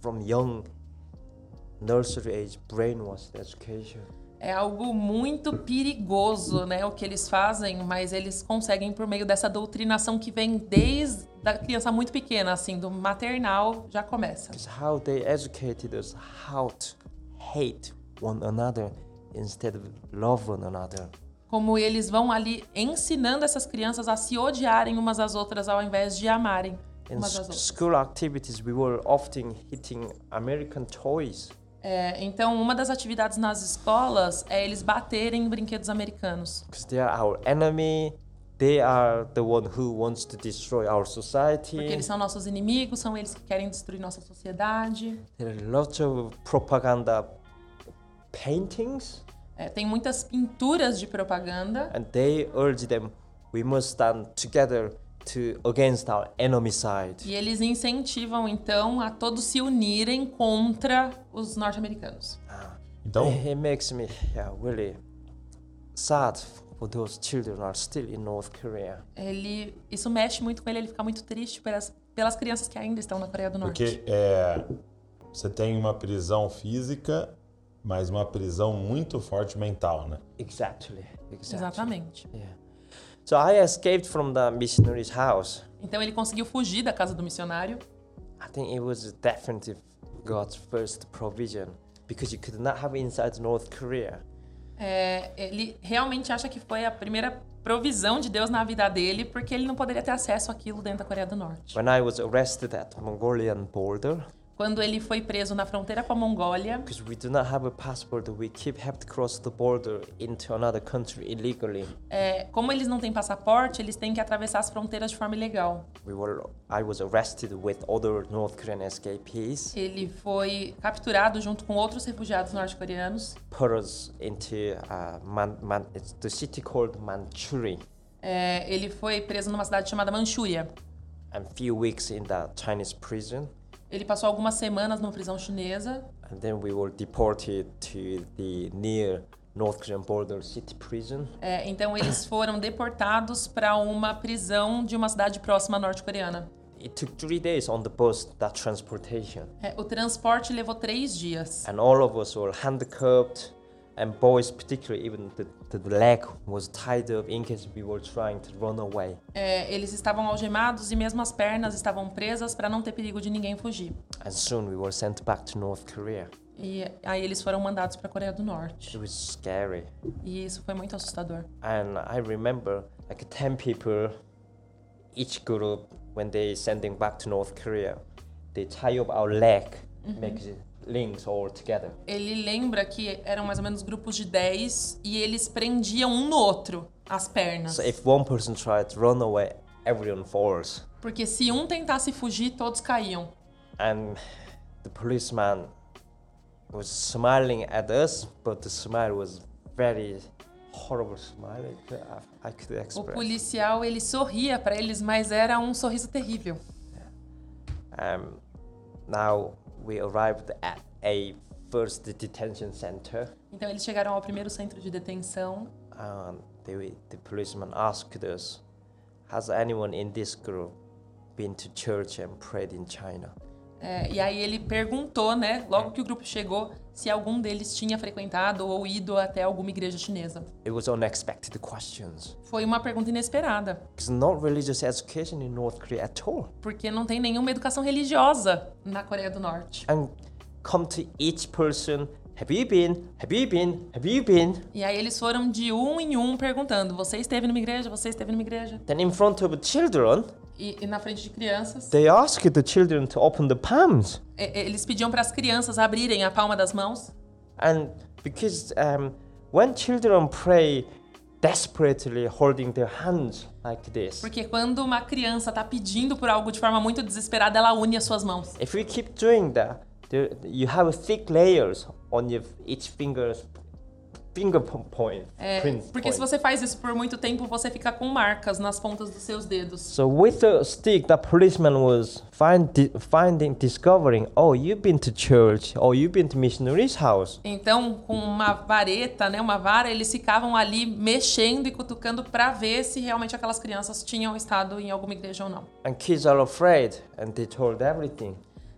[SPEAKER 3] from young nursery age brainwashed education.
[SPEAKER 4] É, É algo muito perigoso, né? O que eles fazem, mas eles conseguem por meio dessa doutrinação que vem desde da criança muito pequena, assim, do maternal já começa.
[SPEAKER 3] It's how they educated us how to hate one another instead of love one another.
[SPEAKER 4] Como eles vão ali ensinando essas crianças a se odiarem umas às outras ao invés de amarem
[SPEAKER 3] In
[SPEAKER 4] umas às
[SPEAKER 3] s-
[SPEAKER 4] outras.
[SPEAKER 3] school activities, we were often hitting American toys.
[SPEAKER 4] É, então, uma das atividades nas escolas é eles baterem em brinquedos americanos.
[SPEAKER 3] because they are our enemy. They are the one who wants to destroy our
[SPEAKER 4] Porque
[SPEAKER 3] society.
[SPEAKER 4] eles são nossos inimigos, são eles que querem destruir nossa sociedade.
[SPEAKER 3] There are lots of propaganda paintings,
[SPEAKER 4] É, tem muitas pinturas de propaganda
[SPEAKER 3] and they urge them, we must stand together to against our enemy side.
[SPEAKER 4] e eles incentivam, então, a todos se unirem contra os norte-americanos. É.
[SPEAKER 2] Então,
[SPEAKER 3] It makes me yeah, really sad for those children are still in North Korea.
[SPEAKER 4] Ele, isso mexe muito com ele, ele fica muito triste pelas, pelas crianças que ainda estão na Coreia do Norte.
[SPEAKER 2] Porque é, você tem uma prisão física, mas uma prisão muito forte mental, né?
[SPEAKER 3] Exactly. Exactly.
[SPEAKER 4] Exatamente.
[SPEAKER 3] So I escaped from the missionary's house.
[SPEAKER 4] Então ele conseguiu fugir da casa do missionário.
[SPEAKER 3] I think it was definitely God's first provision because you could not have inside North Korea.
[SPEAKER 4] É, ele realmente acha que foi a primeira provisão de Deus na vida dele, porque ele não poderia ter acesso àquilo dentro da Coreia do Norte.
[SPEAKER 3] When I was arrested at Mongolian border,
[SPEAKER 4] Quando ele foi preso na fronteira com a Mongólia,
[SPEAKER 3] because we do not have a passport, we keep have to cross the border into another country illegally.
[SPEAKER 4] é, como eles não têm passaporte, eles têm que atravessar as fronteiras de forma ilegal.
[SPEAKER 3] We were, I was arrested with other North Korean escapees,
[SPEAKER 4] Ele foi capturado junto com outros refugiados norte-coreanos.
[SPEAKER 3] put us into uh, Man, Man, it's the city called Manchuria,
[SPEAKER 4] É, ele foi preso numa cidade chamada Manchúria.
[SPEAKER 3] and few weeks in the Chinese prison,
[SPEAKER 4] Ele passou algumas semanas numa prisão chinesa.
[SPEAKER 3] and then we were deported to the near North Korean border city prison.
[SPEAKER 4] É, então eles foram deportados para uma prisão de uma cidade próxima norte-coreana.
[SPEAKER 3] It took three days on the bus, that transportation.
[SPEAKER 4] É, o transporte levou três dias.
[SPEAKER 3] And all of us were handcuffed, and boys, particularly, even the, the leg was tied up in case we were trying to run away.
[SPEAKER 4] É, eles estavam algemados e mesmo as pernas estavam presas para não ter perigo de ninguém fugir.
[SPEAKER 3] And soon we were sent back to North Korea.
[SPEAKER 4] E aí eles foram mandados para a Coreia do
[SPEAKER 3] It
[SPEAKER 4] Norte.
[SPEAKER 3] was scary.
[SPEAKER 4] E isso foi muito assustador.
[SPEAKER 3] And I remember like 10 people, each group, when they sending back to North Korea, they tie up our leg, make it links all together.
[SPEAKER 4] Ele lembra que eram mais ou menos grupos de 10 e eles prendiam um no outro as pernas.
[SPEAKER 3] So if one person tried to run away, everyone falls.
[SPEAKER 4] Porque se um tentasse fugir, todos caíam.
[SPEAKER 3] and the policeman was smiling at us, but the smile was very horrible smile. I could, uh, I could
[SPEAKER 4] O
[SPEAKER 3] express.
[SPEAKER 4] policial, ele sorria para eles, mas era um sorriso terrível.
[SPEAKER 3] um, now we arrived at a first detention center,
[SPEAKER 4] Então eles chegaram ao primeiro centro de detenção
[SPEAKER 3] and the, the policeman asked us, "Has anyone in this group been to church and prayed in China?"
[SPEAKER 4] É, e aí ele perguntou, né, logo que o grupo chegou, se algum deles tinha frequentado ou ido até alguma igreja chinesa.
[SPEAKER 3] It was unexpected questions.
[SPEAKER 4] Foi uma pergunta inesperada,
[SPEAKER 3] It's not religious education in North Korea at all.
[SPEAKER 4] porque não tem nenhuma educação religiosa na Coreia do Norte.
[SPEAKER 3] and come to each person have you been have you been have you been
[SPEAKER 4] E aí eles foram de um em um perguntando: você esteve numa igreja? Você esteve numa igreja?
[SPEAKER 3] then in front of children
[SPEAKER 4] E, e na frente de crianças,
[SPEAKER 3] they ask the children to open the palms
[SPEAKER 4] e- e- eles pediam para as crianças abrirem a palma das mãos.
[SPEAKER 3] and because um, when children pray desperately holding their hands like this
[SPEAKER 4] Porque quando uma criança tá pedindo por algo de forma muito desesperada, ela une as suas mãos.
[SPEAKER 3] if we keep doing that there, you have thick layers on your each fingers finger po- point
[SPEAKER 4] É,
[SPEAKER 3] print
[SPEAKER 4] Eh, porque se
[SPEAKER 3] point.
[SPEAKER 4] você faz isso por muito tempo, você fica com marcas nas pontas dos seus dedos.
[SPEAKER 3] So with the stick, the policeman was find, di- finding, discovering, oh, you've been to church, oh, you've been to missionary's house.
[SPEAKER 4] Então, com uma vareta, né, uma vara, eles ficavam ali mexendo e cutucando pra ver se realmente aquelas crianças tinham estado em alguma igreja ou não.
[SPEAKER 3] And kids are afraid, and they told everything.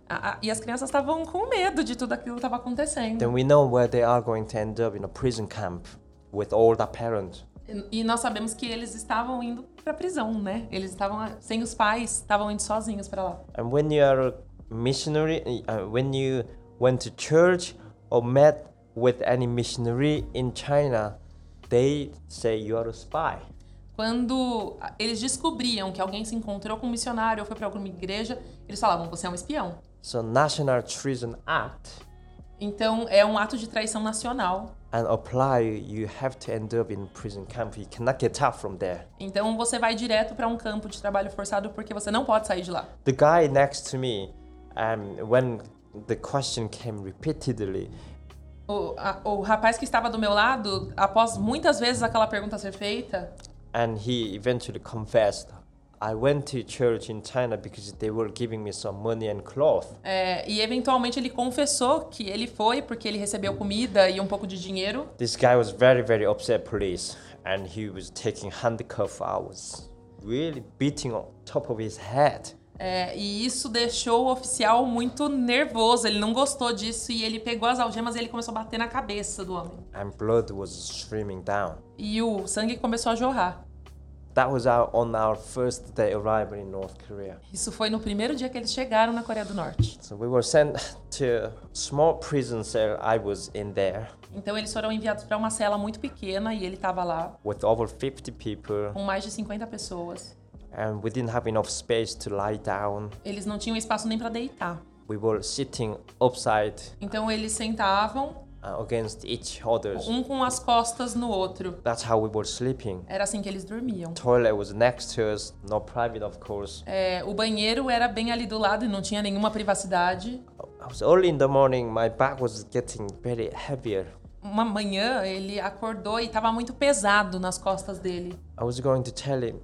[SPEAKER 4] A- a- e as crianças estavam com medo de tudo aquilo que estava acontecendo.
[SPEAKER 3] Then we know where they are going to end up in a prison camp with all the parents.
[SPEAKER 4] E e nós sabemos que eles estavam indo pra prisão, né? Eles estavam ah, sem os pais, estavam indo sozinhos pra lá.
[SPEAKER 3] And when you are a missionary, uh, when you went to church or met with any missionary in China, they say you are a spy.
[SPEAKER 4] Quando ah, eles descobriam que alguém se encontrou com um missionário ou foi pra alguma igreja, eles falavam: "Você é um espião".
[SPEAKER 3] So National Treason Act
[SPEAKER 4] Então é um ato de traição nacional.
[SPEAKER 3] and apply, you have to end up in prison camp. You cannot get out from there.
[SPEAKER 4] Então você vai direto pra um campo de trabalho forçado porque você não pode sair de lá.
[SPEAKER 3] The guy next to me, um, when the question came repeatedly,
[SPEAKER 4] O, a- o rapaz que estava do meu lado, após muitas vezes aquela pergunta ser feita,
[SPEAKER 3] and he eventually confessed, I went to church in China because they were giving me some money and cloth.
[SPEAKER 4] é, e eventualmente ele confessou que ele foi porque ele recebeu comida e um pouco de dinheiro.
[SPEAKER 3] This guy was very, very upset police, and he was taking handcuff. I was really beating on top of his head.
[SPEAKER 4] É, e isso deixou o oficial muito nervoso, ele não gostou disso e ele pegou as algemas e ele começou a bater na cabeça do homem.
[SPEAKER 3] and blood was streaming down.
[SPEAKER 4] E o sangue começou a jorrar.
[SPEAKER 3] That was our, on our first day arrival in North Korea.
[SPEAKER 4] Isso foi no primeiro dia que eles chegaram na Coreia do Norte.
[SPEAKER 3] So we were sent to a small prison cell. I was in there
[SPEAKER 4] Então eles foram enviados para uma cela muito pequena e ele estava lá
[SPEAKER 3] with over 50 people,
[SPEAKER 4] com mais de 50 pessoas.
[SPEAKER 3] and we didn't have enough space to lie down.
[SPEAKER 4] Eles não tinham espaço nem para deitar.
[SPEAKER 3] We were sitting upside
[SPEAKER 4] Então eles sentavam
[SPEAKER 3] uh, against each other.
[SPEAKER 4] um com as costas no outro.
[SPEAKER 3] That's how we were sleeping.
[SPEAKER 4] Era assim que eles dormiam.
[SPEAKER 3] Toilet was next to us, not private, of course.
[SPEAKER 4] É, o banheiro era bem ali do lado e não tinha nenhuma privacidade.
[SPEAKER 3] I was early in the morning. My back was getting very heavier.
[SPEAKER 4] Uma manhã ele acordou e estava muito pesado nas costas dele.
[SPEAKER 3] I was going to tell him,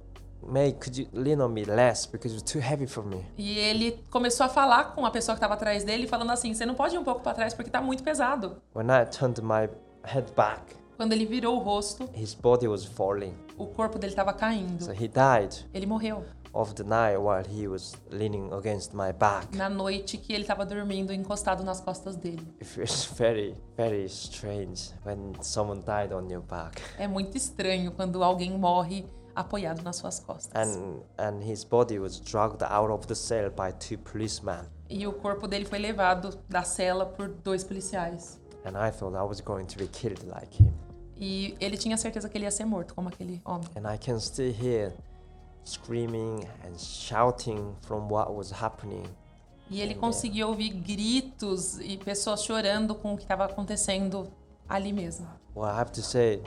[SPEAKER 3] May, could you lean on me less because it's too heavy for me.
[SPEAKER 4] E ele começou a falar com a pessoa que estava atrás dele, falando assim: "Você não pode ir um pouco para trás porque tá muito pesado".
[SPEAKER 3] When I turned my head back,
[SPEAKER 4] Quando ele virou o rosto,
[SPEAKER 3] his body was falling.
[SPEAKER 4] o corpo dele estava
[SPEAKER 3] So
[SPEAKER 4] caindo.
[SPEAKER 3] he died
[SPEAKER 4] Ele morreu
[SPEAKER 3] of the night while he was leaning against my back.
[SPEAKER 4] na noite que ele estava dormindo encostado nas costas dele.
[SPEAKER 3] It feels very, very strange when someone died on your back.
[SPEAKER 4] É muito estranho quando alguém morre apoiado nas suas costas.
[SPEAKER 3] And and his body was dragged out of the cell by two policemen.
[SPEAKER 4] E o corpo dele foi levado da cela por dois policiais.
[SPEAKER 3] And I thought I was going to be killed like him.
[SPEAKER 4] E ele tinha certeza que ele ia ser morto, como aquele homem.
[SPEAKER 3] And I can still hear screaming and shouting from what was happening.
[SPEAKER 4] E ele conseguia ouvir gritos e pessoas chorando com o que estava acontecendo ali mesmo.
[SPEAKER 3] Well, I have to say,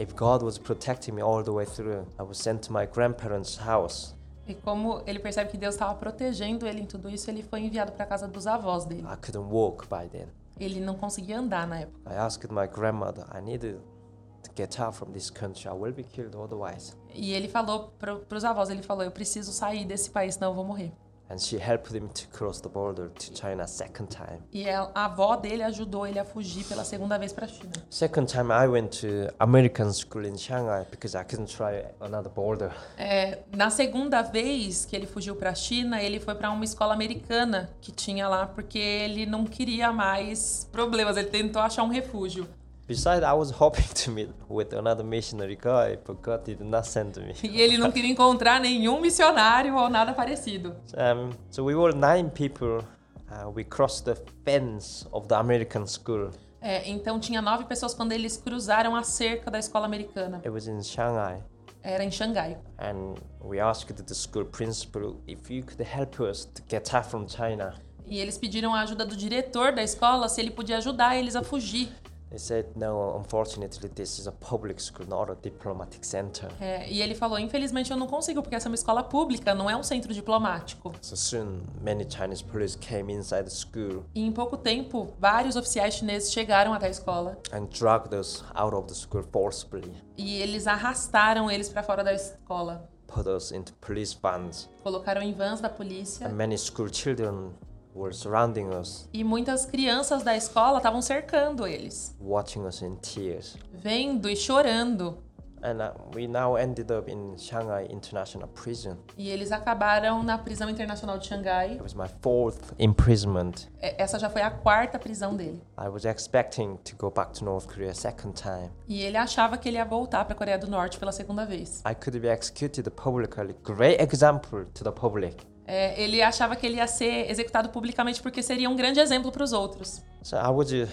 [SPEAKER 3] if God was protecting me all the way through, I was sent to my grandparents' house.
[SPEAKER 4] E como ele percebe que Deus estava protegendo ele em tudo isso, ele foi enviado para casa dos avós dele.
[SPEAKER 3] I couldn't walk by then.
[SPEAKER 4] Ele não conseguia andar na época.
[SPEAKER 3] I asked my grandmother, I need to get out from this country. I will be killed otherwise.
[SPEAKER 4] E ele falou para os avós, ele falou: "Eu preciso sair desse país, senão eu vou morrer".
[SPEAKER 3] And she helped him to cross the border to China second time.
[SPEAKER 4] E a a avó dele ajudou ele a fugir pela segunda vez para a China.
[SPEAKER 3] Second time I went to American school in Shanghai because I couldn't try another border.
[SPEAKER 4] É, na segunda vez que ele fugiu para a China, ele foi para uma escola americana que tinha lá, porque ele não queria mais problemas, ele tentou achar um refúgio.
[SPEAKER 3] Besides, I was hoping to meet with another missionary guy, but God did not send me.
[SPEAKER 4] E ele não queria encontrar nenhum missionário ou nada parecido.
[SPEAKER 3] Um, so we were nine people. Uh, we crossed the fence of the American school.
[SPEAKER 4] É, então tinha nove pessoas quando eles cruzaram a cerca da escola americana.
[SPEAKER 3] It was in Shanghai.
[SPEAKER 4] Era em Xangai.
[SPEAKER 3] And we asked the school principal if you could help us to get out from China.
[SPEAKER 4] E eles pediram a ajuda do diretor da escola se ele podia ajudar eles a fugir.
[SPEAKER 3] They said, no, unfortunately, this is a public school, not a diplomatic center.
[SPEAKER 4] É, e ele falou: infelizmente eu não consigo, porque essa é uma escola pública, não é um centro diplomático.
[SPEAKER 3] So soon, many Chinese police came inside the school
[SPEAKER 4] E em pouco tempo, vários oficiais chineses chegaram até a escola
[SPEAKER 3] and dragged us out of the school forcibly,
[SPEAKER 4] e eles arrastaram eles para fora da escola.
[SPEAKER 3] put us into police vans.
[SPEAKER 4] Colocaram em vans da polícia
[SPEAKER 3] And many school children were surrounding us,
[SPEAKER 4] e muitas crianças da escola estavam cercando eles,
[SPEAKER 3] watching us in tears.
[SPEAKER 4] vendo e chorando.
[SPEAKER 3] and uh, we now ended up in Shanghai International Prison.
[SPEAKER 4] E eles acabaram na prisão internacional de Xangai.
[SPEAKER 3] It was my fourth imprisonment.
[SPEAKER 4] É, Essa já foi a quarta prisão dele.
[SPEAKER 3] I was expecting to go back to North Korea second time.
[SPEAKER 4] E ele achava que ele ia voltar para a Coreia do Norte pela segunda vez.
[SPEAKER 3] I could be executed publicly. Great example to the public.
[SPEAKER 4] É, ele achava que ele ia ser executado publicamente porque seria um grande exemplo para os outros.
[SPEAKER 3] So I was uh,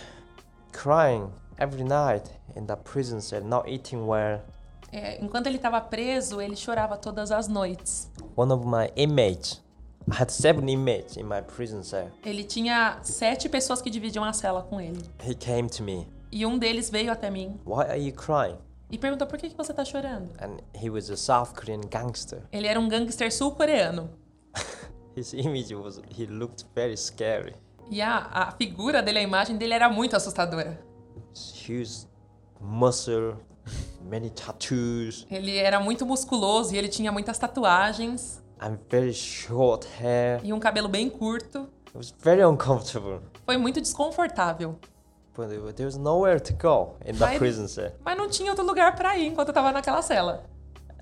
[SPEAKER 3] crying every night in that prison cell, not eating well.
[SPEAKER 4] É, enquanto ele estava preso, ele chorava todas as noites.
[SPEAKER 3] One of my inmates, I had seven inmates in my prison cell.
[SPEAKER 4] Ele tinha sete pessoas que dividiam a cela com ele.
[SPEAKER 3] He came to me.
[SPEAKER 4] E um deles veio até mim
[SPEAKER 3] Why are you crying?
[SPEAKER 4] e perguntou por que, que você tá chorando.
[SPEAKER 3] And he was a South Korean gangster.
[SPEAKER 4] Ele era um gangster sul-coreano.
[SPEAKER 3] His image was, he looked very scary.
[SPEAKER 4] E a, a figura dele, a imagem dele era muito assustadora.
[SPEAKER 3] Huge muscle, many tattoos,
[SPEAKER 4] Ele era muito musculoso e ele tinha muitas tatuagens
[SPEAKER 3] and very short hair.
[SPEAKER 4] e um cabelo bem curto.
[SPEAKER 3] It was very uncomfortable.
[SPEAKER 4] Foi muito desconfortável.
[SPEAKER 3] But there was- there was nowhere to go in the
[SPEAKER 4] Why-
[SPEAKER 3] prison cell.
[SPEAKER 4] Mas não tinha outro lugar pra ir enquanto eu tava naquela cela.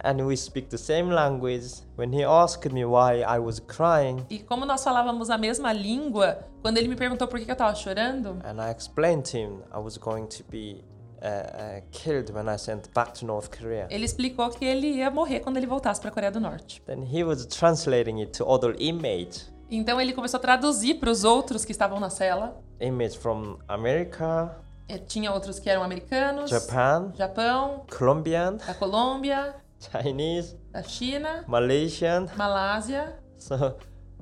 [SPEAKER 3] And we speak the same language. When he asked me why I was crying,
[SPEAKER 4] E como nós falávamos a mesma língua, quando ele me perguntou por que, que eu tava chorando,
[SPEAKER 3] and I explained to him I was going to be uh, uh, killed when I sent back to North Korea.
[SPEAKER 4] ele explicou que ele ia morrer quando ele voltasse pra Coreia do Norte.
[SPEAKER 3] Then he was translating it to other inmates,
[SPEAKER 4] Então ele começou a traduzir pros outros que estavam na cela.
[SPEAKER 3] inmates from America,
[SPEAKER 4] Eh, Tinha outros que eram americanos,
[SPEAKER 3] Japan,
[SPEAKER 4] Japão,
[SPEAKER 3] Colombian,
[SPEAKER 4] da Colômbia,
[SPEAKER 3] Chinese,
[SPEAKER 4] da China,
[SPEAKER 3] Malaysian.
[SPEAKER 4] Malásia.
[SPEAKER 3] So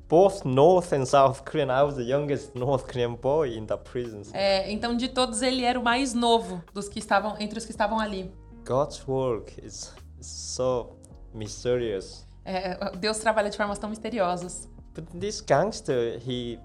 [SPEAKER 3] both North and South Korean. I was the youngest North Korean boy in the prisons.
[SPEAKER 4] É, então de todos ele era o mais novo dos que estavam entre os que estavam ali.
[SPEAKER 3] God's work is so mysterious.
[SPEAKER 4] É, Deus trabalha de formas tão misteriosas.
[SPEAKER 3] But this gangster, he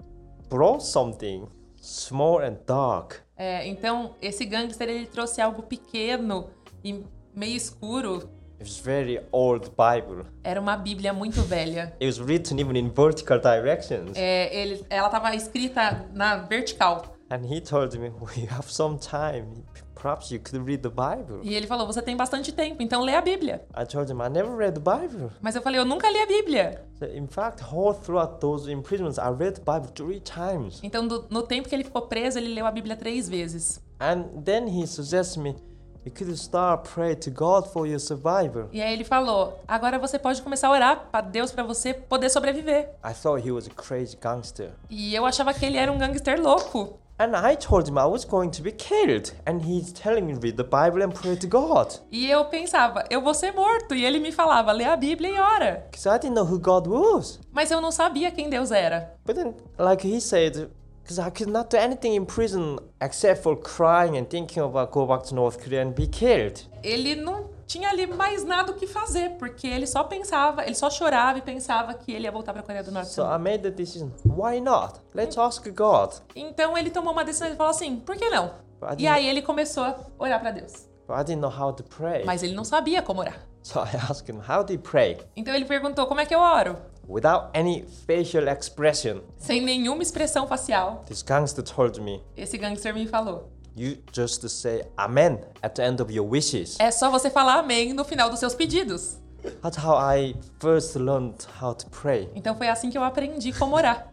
[SPEAKER 3] brought something small and dark.
[SPEAKER 4] É, então esse gangster ele trouxe algo pequeno e meio escuro.
[SPEAKER 3] It was very old Bible.
[SPEAKER 4] Era uma Bíblia muito velha.
[SPEAKER 3] It was written even in vertical directions.
[SPEAKER 4] É, ele- ela estava escrita na vertical.
[SPEAKER 3] And he told me, "We have some time. Perhaps you could read the Bible."
[SPEAKER 4] E ele falou: Você tem bastante tempo, então lê a Bíblia.
[SPEAKER 3] I told him, "I never read the Bible."
[SPEAKER 4] Mas eu falei: Eu nunca li a Bíblia.
[SPEAKER 3] So in fact, all throughout those imprisonments, I read the Bible three times.
[SPEAKER 4] Então, do- no tempo que ele ficou preso, ele leu a Bíblia três vezes.
[SPEAKER 3] And then he suggested me, you could start pray to God for your survival.
[SPEAKER 4] E aí ele falou: Agora você pode começar a orar pra Deus pra você poder sobreviver.
[SPEAKER 3] I thought he was a crazy gangster.
[SPEAKER 4] E eu achava que ele era um gangster louco.
[SPEAKER 3] And I told him I was going to be killed. And he's telling me, read the Bible and pray to God.
[SPEAKER 4] E eu pensava: Eu vou ser morto. E ele me falava: Lê a Bíblia e ora.
[SPEAKER 3] Because I didn't know who God was.
[SPEAKER 4] Mas eu não sabia quem Deus era.
[SPEAKER 3] But then, like he said, because I could not do anything in prison except for crying and thinking about go back to North Korea and be killed.
[SPEAKER 4] Ele não tinha ali mais nada o que fazer, porque ele só pensava, ele só chorava e pensava que ele ia voltar pra Coreia do Norte.
[SPEAKER 3] So I made the decision, why not? Let's ask God.
[SPEAKER 4] Então ele tomou uma decisão e falou assim: Por que não?
[SPEAKER 3] Pode
[SPEAKER 4] E
[SPEAKER 3] não.
[SPEAKER 4] aí ele começou a orar pra Deus.
[SPEAKER 3] But I didn't know how to pray.
[SPEAKER 4] Mas ele não sabia como orar.
[SPEAKER 3] So I asked him, how do you pray?
[SPEAKER 4] Então ele perguntou: Como é que eu oro?
[SPEAKER 3] Without any facial expression,
[SPEAKER 4] Sem nenhuma expressão facial.
[SPEAKER 3] this gangster told me,
[SPEAKER 4] Esse gangster me falou.
[SPEAKER 3] You just say Amen at the end of your wishes.
[SPEAKER 4] É só você falar amém no final dos seus pedidos.
[SPEAKER 3] That's how I first learned how to pray.
[SPEAKER 4] Então foi assim que eu aprendi como orar.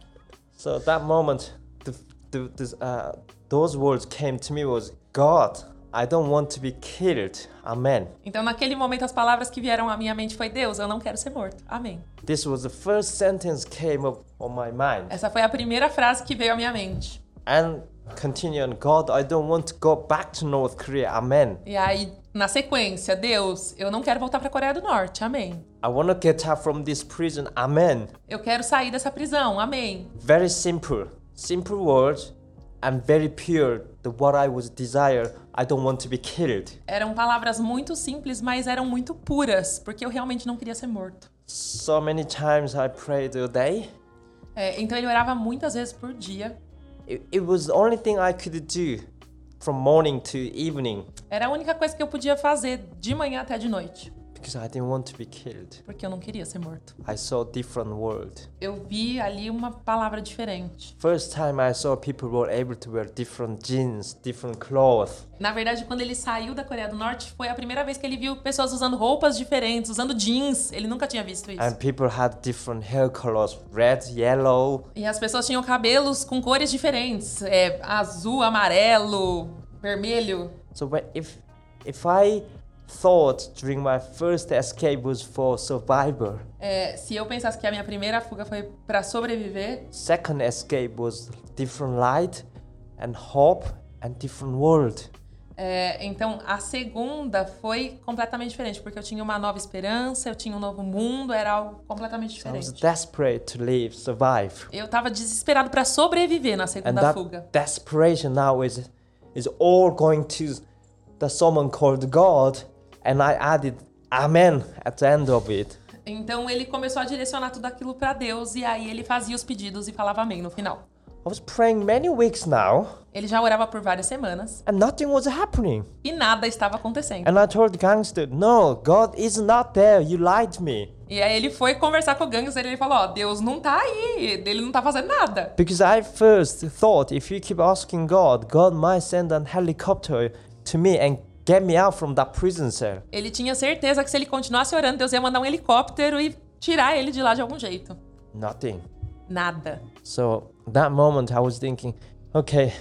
[SPEAKER 3] So at that moment, the, the, this, uh, those words came to me was, God, I don't want to be killed. Amen.
[SPEAKER 4] Então naquele momento as palavras que vieram à minha mente foi Deus, eu não quero ser morto. Amém.
[SPEAKER 3] This was the first sentence came up on my mind.
[SPEAKER 4] Essa foi a primeira frase que veio à minha mente.
[SPEAKER 3] And continue on, God, I don't want to go back to North Korea. Amen.
[SPEAKER 4] E aí na sequência, Deus, eu não quero voltar pra Coreia do Norte. Amém.
[SPEAKER 3] I want to get out from this prison. Amen.
[SPEAKER 4] Eu quero sair dessa prisão. Amém.
[SPEAKER 3] very simple simple words and very pure the what i was desire i don't want to be killed
[SPEAKER 4] Eram palavras muito simples, mas eram muito puras, porque eu realmente não queria ser morto.
[SPEAKER 3] so many times i prayed a day
[SPEAKER 4] É, então ele orava muitas vezes por dia.
[SPEAKER 3] it, it was the only thing i could do from morning to evening
[SPEAKER 4] Era a única coisa que eu podia fazer de manhã até de noite.
[SPEAKER 3] because I didn't want to be killed.
[SPEAKER 4] Porque eu não queria ser morto.
[SPEAKER 3] I saw different world.
[SPEAKER 4] Eu vi ali uma palavra diferente.
[SPEAKER 3] First time I saw people were able to wear different jeans, different clothes.
[SPEAKER 4] Na verdade, quando ele saiu da Coreia do Norte, foi a primeira vez que ele viu pessoas usando roupas diferentes, usando jeans. Ele nunca tinha visto isso.
[SPEAKER 3] And people had different hair colors, red, yellow.
[SPEAKER 4] E as pessoas tinham cabelos com cores diferentes, é, azul, amarelo, vermelho.
[SPEAKER 3] So when, if if I thought during my first escape was for survivor,
[SPEAKER 4] É, se eu pensasse que a minha primeira fuga foi pra sobreviver,
[SPEAKER 3] second escape was different light and hope and different world.
[SPEAKER 4] é, então a segunda foi completamente diferente, porque eu tinha uma nova esperança, eu tinha um novo mundo, era algo completamente
[SPEAKER 3] I was
[SPEAKER 4] diferente.
[SPEAKER 3] desperate to live, survive.
[SPEAKER 4] Eu tava desesperado pra sobreviver na
[SPEAKER 3] And
[SPEAKER 4] segunda
[SPEAKER 3] that
[SPEAKER 4] fuga.
[SPEAKER 3] desperation now is is all going to the someone called God and I added Amen at the end of it.
[SPEAKER 4] Então ele começou a direcionar tudo aquilo pra Deus e aí ele fazia os pedidos e falava amém no final.
[SPEAKER 3] I was praying many weeks now
[SPEAKER 4] Ele já orava por várias semanas
[SPEAKER 3] and nothing was happening.
[SPEAKER 4] e nada estava acontecendo.
[SPEAKER 3] And I told gangster, no, God is not there, you lied to me.
[SPEAKER 4] E aí ele foi conversar com o Gangster e ele falou: Ó, Deus não tá aí, ele não tá fazendo nada.
[SPEAKER 3] Because I first thought if you keep asking God, God might send an helicopter to me and get me out from that prison cell.
[SPEAKER 4] Ele tinha certeza que se ele continuasse orando, Deus ia mandar um helicóptero e tirar ele de lá de algum jeito.
[SPEAKER 3] Nothing.
[SPEAKER 4] Nada.
[SPEAKER 3] So that moment I was thinking, okay,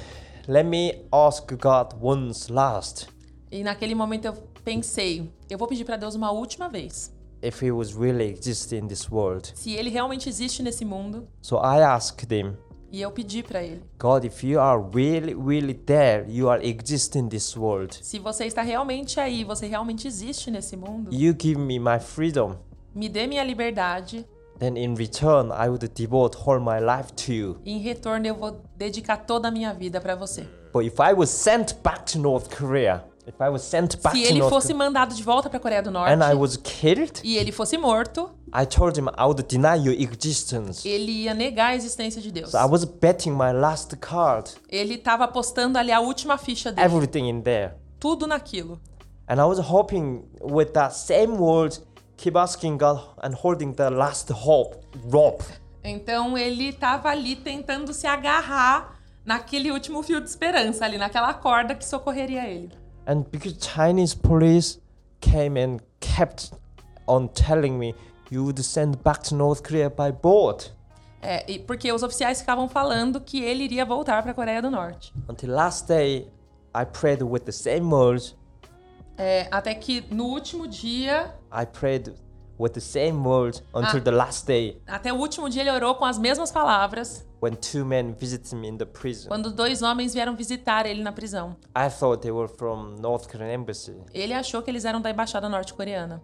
[SPEAKER 3] let me ask God once last.
[SPEAKER 4] E naquele momento eu pensei: eu vou pedir pra Deus uma última vez.
[SPEAKER 3] If he was really exist in this world.
[SPEAKER 4] Se ele realmente existe nesse mundo,
[SPEAKER 3] So I asked him,
[SPEAKER 4] e eu pedi pra ele:
[SPEAKER 3] God, if you are really, really there, you are exist in this world.
[SPEAKER 4] se você está realmente aí, você realmente existe nesse mundo,
[SPEAKER 3] You give me my freedom.
[SPEAKER 4] me dê minha liberdade.
[SPEAKER 3] Then in return, I would devote all my life to you.
[SPEAKER 4] E em retorno eu vou dedicar toda a minha vida pra você.
[SPEAKER 3] But if I was sent back to North Korea, if I was sent back
[SPEAKER 4] Se
[SPEAKER 3] to
[SPEAKER 4] ele
[SPEAKER 3] North
[SPEAKER 4] fosse
[SPEAKER 3] Korea
[SPEAKER 4] mandado de volta pra Coreia do Norte
[SPEAKER 3] and I was killed,
[SPEAKER 4] e ele fosse morto,
[SPEAKER 3] I told him I would deny your existence.
[SPEAKER 4] ele ia negar a existência de Deus.
[SPEAKER 3] So I was betting my last card,
[SPEAKER 4] Ele tava apostando ali a última ficha dele,
[SPEAKER 3] everything in there.
[SPEAKER 4] tudo naquilo.
[SPEAKER 3] And I was hoping with that same word, keep asking God and holding the last hope, rope.
[SPEAKER 4] Então ele tava ali tentando se agarrar naquele último fio de esperança ali, naquela corda que socorreria ele.
[SPEAKER 3] And because Chinese police came and kept on telling me you would send back to North Korea by boat.
[SPEAKER 4] É, e porque os oficiais ficavam falando que ele iria voltar pra Coreia do Norte.
[SPEAKER 3] Until last day, I prayed with the same words.
[SPEAKER 4] É, até que no último dia,
[SPEAKER 3] I prayed with the same words until the last day
[SPEAKER 4] até o último dia ele orou com as mesmas palavras
[SPEAKER 3] when two men visited me in the prison.
[SPEAKER 4] quando dois homens vieram visitar ele na prisão.
[SPEAKER 3] I thought they were from North Korean embassy,
[SPEAKER 4] Ele achou que eles eram da embaixada norte-coreana,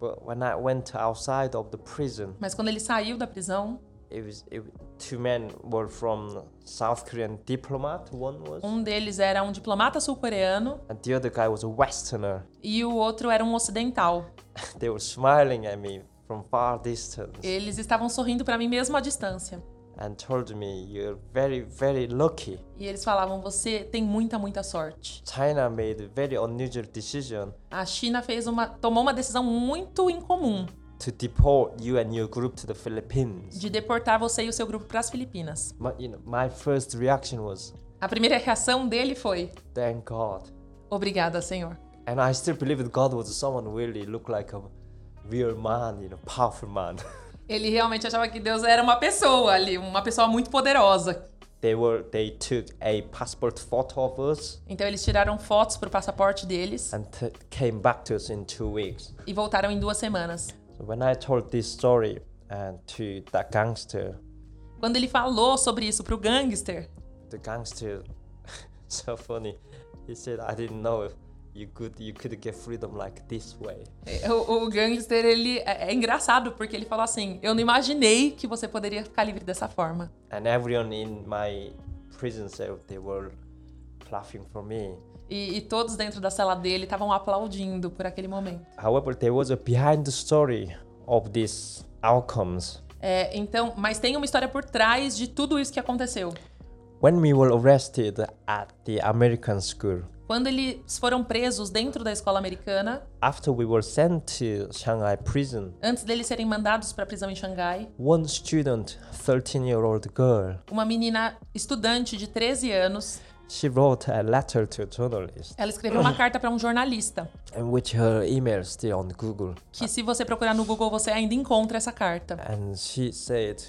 [SPEAKER 3] but when I went outside of the prison,
[SPEAKER 4] mas quando ele saiu da prisão,
[SPEAKER 3] it was it, two men were from South Korean diplomat. One was,
[SPEAKER 4] um deles era um diplomata sul-coreano
[SPEAKER 3] and the other guy was a Westerner.
[SPEAKER 4] e o outro era um ocidental.
[SPEAKER 3] They were smiling at me from far distance
[SPEAKER 4] Eles estavam sorrindo pra mim mesmo à distância.
[SPEAKER 3] and told me, "You're very, very lucky."
[SPEAKER 4] E eles falavam: "Você tem muita, muita sorte".
[SPEAKER 3] China made a very unusual decision
[SPEAKER 4] A China fez uma tomou uma decisão muito incomum
[SPEAKER 3] to deport you and your group to the Philippines.
[SPEAKER 4] de deportar você e o seu grupo pras Filipinas.
[SPEAKER 3] My, you know, my first reaction was,
[SPEAKER 4] A primeira reação dele foi:
[SPEAKER 3] "Thank God."
[SPEAKER 4] "Obrigada, Senhor".
[SPEAKER 3] And I still believe that God was someone who really looked like a real man, you know, powerful man.
[SPEAKER 4] Ele realmente achava que Deus era uma pessoa ali, uma pessoa muito poderosa.
[SPEAKER 3] they were they took a passport photo of us
[SPEAKER 4] Então eles tiraram fotos pro passaporte deles
[SPEAKER 3] and t- came back to us in two weeks.
[SPEAKER 4] e voltaram em duas semanas.
[SPEAKER 3] So when I told this story uh, to that gangster,
[SPEAKER 4] Quando ele falou sobre isso pro gangster,
[SPEAKER 3] the gangster, so funny, he said, "I didn't know if you could you could get freedom like this way."
[SPEAKER 4] é, o, o gangster ele é, é engraçado porque ele falou assim: "Eu não imaginei que você poderia ficar livre dessa forma".
[SPEAKER 3] And everyone in my prison cell they were laughing for me.
[SPEAKER 4] E, e todos dentro da sala dele estavam aplaudindo por aquele momento.
[SPEAKER 3] However, there was a behind the story of these outcomes.
[SPEAKER 4] É, então, mas tem uma história por trás de tudo isso que aconteceu.
[SPEAKER 3] When we were arrested at the American school,
[SPEAKER 4] Quando eles foram presos dentro da escola americana,
[SPEAKER 3] After we were sent to Shanghai prison,
[SPEAKER 4] antes deles serem mandados para a prisão em Xangai,
[SPEAKER 3] one student, 13 year old girl,
[SPEAKER 4] uma menina estudante de 13 anos,
[SPEAKER 3] she wrote a letter to a journalist
[SPEAKER 4] ela escreveu uma carta para um jornalista,
[SPEAKER 3] in which her email is still on Google.
[SPEAKER 4] que se você procurar no Google você ainda encontra essa carta.
[SPEAKER 3] And she said,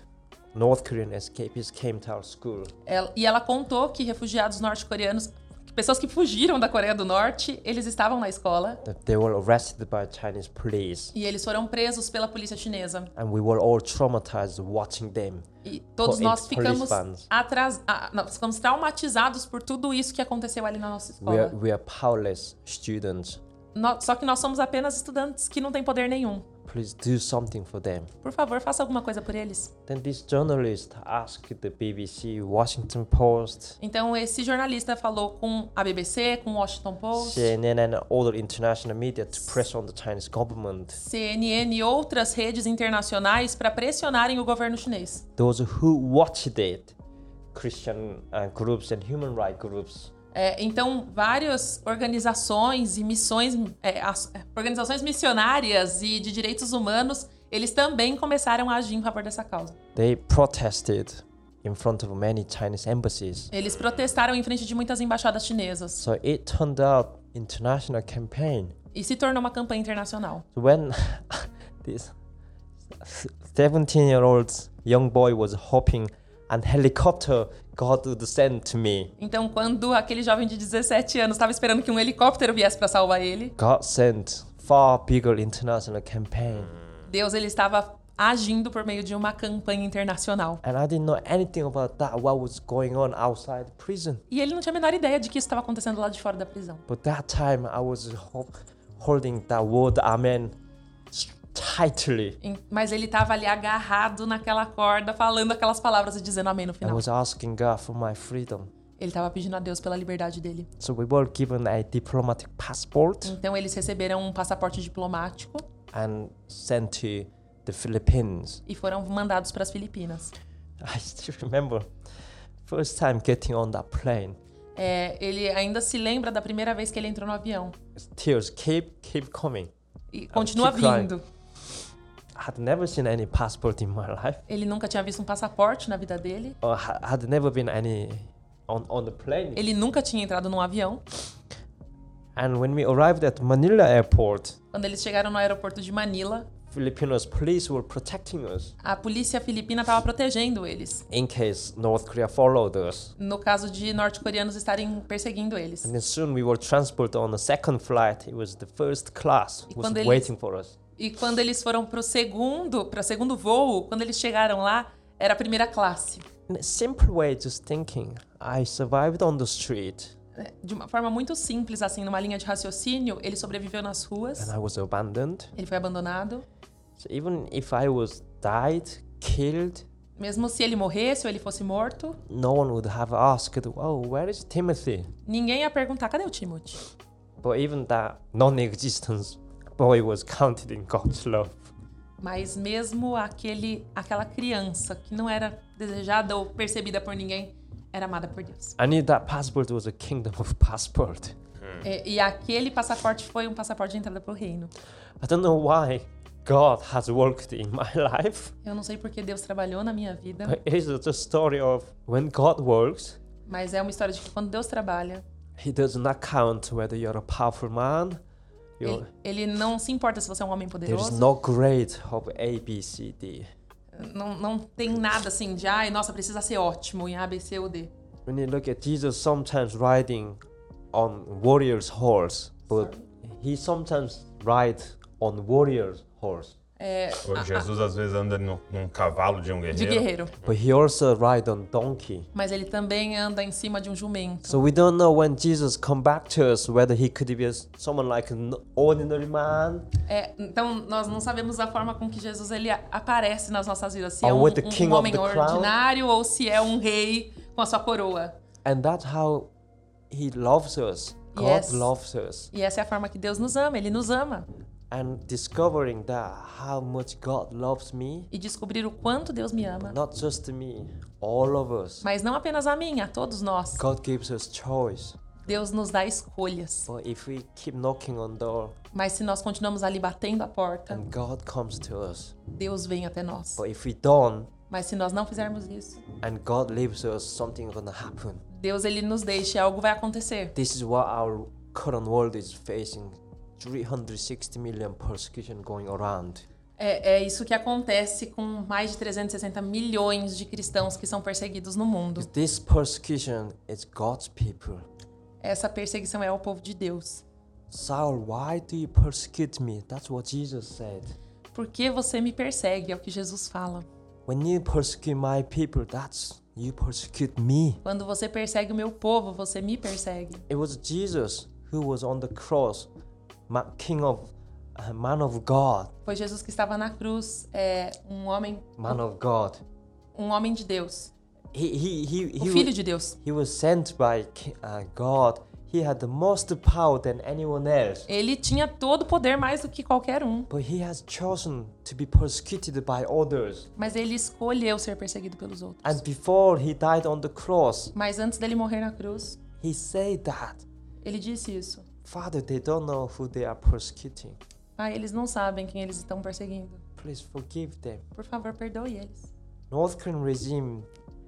[SPEAKER 3] North Korean escapees came to our school.
[SPEAKER 4] Ela- e ela contou que refugiados norte-coreanos, pessoas que fugiram da Coreia do Norte, eles estavam na escola
[SPEAKER 3] That They were arrested by Chinese police.
[SPEAKER 4] e eles foram presos pela polícia chinesa.
[SPEAKER 3] And we were all traumatized watching them.
[SPEAKER 4] E todos
[SPEAKER 3] Po-
[SPEAKER 4] nós
[SPEAKER 3] police
[SPEAKER 4] ficamos
[SPEAKER 3] fans.
[SPEAKER 4] atras... ah, não, ficamos traumatizados por tudo isso que aconteceu ali na nossa
[SPEAKER 3] We are,
[SPEAKER 4] escola.
[SPEAKER 3] we are powerless students.
[SPEAKER 4] Nó- Só que nós somos apenas estudantes que não têm poder nenhum.
[SPEAKER 3] Please do something for them.
[SPEAKER 4] Por favor, faça alguma coisa por eles.
[SPEAKER 3] Then this journalist asked the BBC, Washington Post,
[SPEAKER 4] Então, esse jornalista falou com a BBC, com o Washington Post,
[SPEAKER 3] CNN, and other international media to press on the Chinese government.
[SPEAKER 4] CNN e outras redes internacionais para pressionarem o governo chinês.
[SPEAKER 3] Those who watched it, Christian uh, groups and human rights groups,
[SPEAKER 4] É, então, várias organizações e missões, é, as- é, organizações missionárias e de direitos humanos, eles também começaram a agir em favor dessa causa.
[SPEAKER 3] they protested in front of many Chinese embassies.
[SPEAKER 4] Eles protestaram em frente de muitas embaixadas chinesas
[SPEAKER 3] So it turned out international campaign.
[SPEAKER 4] e se tornou uma campanha internacional.
[SPEAKER 3] So when this 17-year-old young boy was hopping and helicopter God would send to me.
[SPEAKER 4] Então, quando aquele jovem de 17 anos estava esperando que um helicóptero viesse para salvar ele,
[SPEAKER 3] God sent far bigger international campaign.
[SPEAKER 4] Deus ele estava agindo por meio de uma campanha internacional.
[SPEAKER 3] And I didn't know anything about that, what was going on outside prison.
[SPEAKER 4] E ele não tinha a menor ideia de que isso estava acontecendo lá de fora da prisão.
[SPEAKER 3] But that time I was ho- holding that word amen tightly.
[SPEAKER 4] Em- Mas ele estava ali agarrado naquela corda, falando aquelas palavras e dizendo amém no
[SPEAKER 3] I
[SPEAKER 4] final.
[SPEAKER 3] was asking God for my freedom.
[SPEAKER 4] Ele estava pedindo a Deus pela liberdade dele.
[SPEAKER 3] So we were given a diplomatic passport
[SPEAKER 4] Então eles receberam um passaporte diplomático
[SPEAKER 3] and sent to the Philippines.
[SPEAKER 4] e foram mandados para as Filipinas.
[SPEAKER 3] I still remember first time getting on that plane.
[SPEAKER 4] É, ele ainda se lembra da primeira vez que ele entrou no avião.
[SPEAKER 3] Tears keep keep coming.
[SPEAKER 4] E continua
[SPEAKER 3] keep crying.
[SPEAKER 4] vindo.
[SPEAKER 3] I had never seen any passport in my life.
[SPEAKER 4] Ele nunca tinha visto um passaporte na vida dele.
[SPEAKER 3] Or ha- had never been any on, on the plane.
[SPEAKER 4] Ele nunca tinha entrado num avião.
[SPEAKER 3] And when we arrived at Manila airport,
[SPEAKER 4] Quando eles chegaram no aeroporto de Manila,
[SPEAKER 3] Filipinos police were protecting us
[SPEAKER 4] a polícia filipina estava protegendo eles.
[SPEAKER 3] in case North Korea followed us.
[SPEAKER 4] No caso de norte-coreanos estarem perseguindo eles.
[SPEAKER 3] And then soon we were transported on a second flight. It was the first class who was
[SPEAKER 4] quando eles-
[SPEAKER 3] waiting for us.
[SPEAKER 4] E quando eles foram pro segundo, para segundo voo, quando eles chegaram lá, era a primeira classe.
[SPEAKER 3] In a simple way, just thinking, I survived on the street
[SPEAKER 4] É, De uma forma muito simples, assim, numa linha de raciocínio, ele sobreviveu nas ruas,
[SPEAKER 3] and I was abandoned.
[SPEAKER 4] ele foi abandonado.
[SPEAKER 3] So even if I was died, killed,
[SPEAKER 4] Mesmo se ele morresse ou ele fosse morto,
[SPEAKER 3] no one would have asked, "Oh, where is Timothy?"
[SPEAKER 4] ninguém ia perguntar: cadê o Timothy?
[SPEAKER 3] But even that non-existence boy was counted in God's love.
[SPEAKER 4] Mas mesmo aquele, aquela criança que não era desejada ou percebida por ninguém, era amada por Deus.
[SPEAKER 3] I knew that passport was a kingdom of passport.
[SPEAKER 4] É, E, e aquele passaporte foi um passaporte de entrada pro reino.
[SPEAKER 3] I don't know why God has worked in my life,
[SPEAKER 4] Eu não sei porque Deus trabalhou na minha vida,
[SPEAKER 3] but it is the story of when God works,
[SPEAKER 4] mas é uma história de que quando Deus trabalha,
[SPEAKER 3] He does not count whether you're a powerful man.
[SPEAKER 4] ele,
[SPEAKER 3] You're,
[SPEAKER 4] ele não se importa se você é um homem
[SPEAKER 3] there is
[SPEAKER 4] poderoso.
[SPEAKER 3] no grade of A, B, C, D.
[SPEAKER 4] Não, não tem nada assim de, ai, nossa, precisa ser ótimo em A, B, C ou D.
[SPEAKER 3] When you look at Jesus, sometimes riding on warrior's horse, but he sometimes rides on warrior's horse.
[SPEAKER 4] É,
[SPEAKER 2] Ô, Jesus às vezes anda no- num cavalo de um guerreiro.
[SPEAKER 4] de guerreiro.
[SPEAKER 3] But he also rides on donkey.
[SPEAKER 4] Mas ele também anda em cima de um jumento.
[SPEAKER 3] So we don't know when Jesus come back to us whether he could be as- someone like an ordinary man
[SPEAKER 4] É, então, nós não sabemos a forma com que Jesus ele a- aparece nas nossas vidas. Se é
[SPEAKER 3] Or
[SPEAKER 4] um,
[SPEAKER 3] with the
[SPEAKER 4] um
[SPEAKER 3] king of
[SPEAKER 4] homem
[SPEAKER 3] the crown.
[SPEAKER 4] ordinário ou se é um rei com a sua coroa.
[SPEAKER 3] and that's how he loves us. God
[SPEAKER 4] Yes.
[SPEAKER 3] loves us.
[SPEAKER 4] E essa é a forma que Deus nos ama, ele nos ama.
[SPEAKER 3] And discovering that how much God loves me,
[SPEAKER 4] E descobrir o quanto Deus me ama.
[SPEAKER 3] not just me, all of us.
[SPEAKER 4] Mas não apenas a mim, a todos nós.
[SPEAKER 3] God gives us choice.
[SPEAKER 4] Deus nos dá escolhas.
[SPEAKER 3] But if we keep knocking on door
[SPEAKER 4] Mas se nós continuamos ali batendo a porta,
[SPEAKER 3] and God comes to us,
[SPEAKER 4] Deus vem até nós.
[SPEAKER 3] but if we don't
[SPEAKER 4] Mas se nós não fizermos isso,
[SPEAKER 3] and God leaves us, something gonna happen.
[SPEAKER 4] Deus ele nos deixa, algo vai acontecer.
[SPEAKER 3] This is what our current world is facing. 360 million persecution going around.
[SPEAKER 4] Oh. É, é isso que acontece com mais de 360 milhões de cristãos que são perseguidos no mundo.
[SPEAKER 3] This persecution is God's people.
[SPEAKER 4] Essa perseguição é o povo de Deus.
[SPEAKER 3] Saul, why do you persecute me? That's what Jesus said.
[SPEAKER 4] Por que você me persegue? É o que Jesus fala.
[SPEAKER 3] When you persecute my people, that's you persecute me.
[SPEAKER 4] Quando você persegue o meu povo, você me persegue.
[SPEAKER 3] It was Jesus who was on the cross, ma- King of, uh, man of God,
[SPEAKER 4] Foi Jesus que estava na cruz, é um homem,
[SPEAKER 3] man of God.
[SPEAKER 4] um homem de Deus,
[SPEAKER 3] He he he
[SPEAKER 4] o
[SPEAKER 3] he,
[SPEAKER 4] filho
[SPEAKER 3] wa-
[SPEAKER 4] de Deus.
[SPEAKER 3] he was sent by ki- uh, God. He had the most power than anyone else,
[SPEAKER 4] Ele tinha todo o poder mais do que qualquer um,
[SPEAKER 3] but he has chosen to be persecuted by others.
[SPEAKER 4] mas ele escolheu ser perseguido pelos outros.
[SPEAKER 3] And before he died on the cross,
[SPEAKER 4] Mas antes dele morrer na cruz,
[SPEAKER 3] he said that,
[SPEAKER 4] ele disse isso.
[SPEAKER 3] Father, they don't know who they are persecuting.
[SPEAKER 4] Ah, eles não sabem quem eles estão perseguindo.
[SPEAKER 3] Please forgive them.
[SPEAKER 4] Por favor, perdoe eles.
[SPEAKER 3] North Korean regime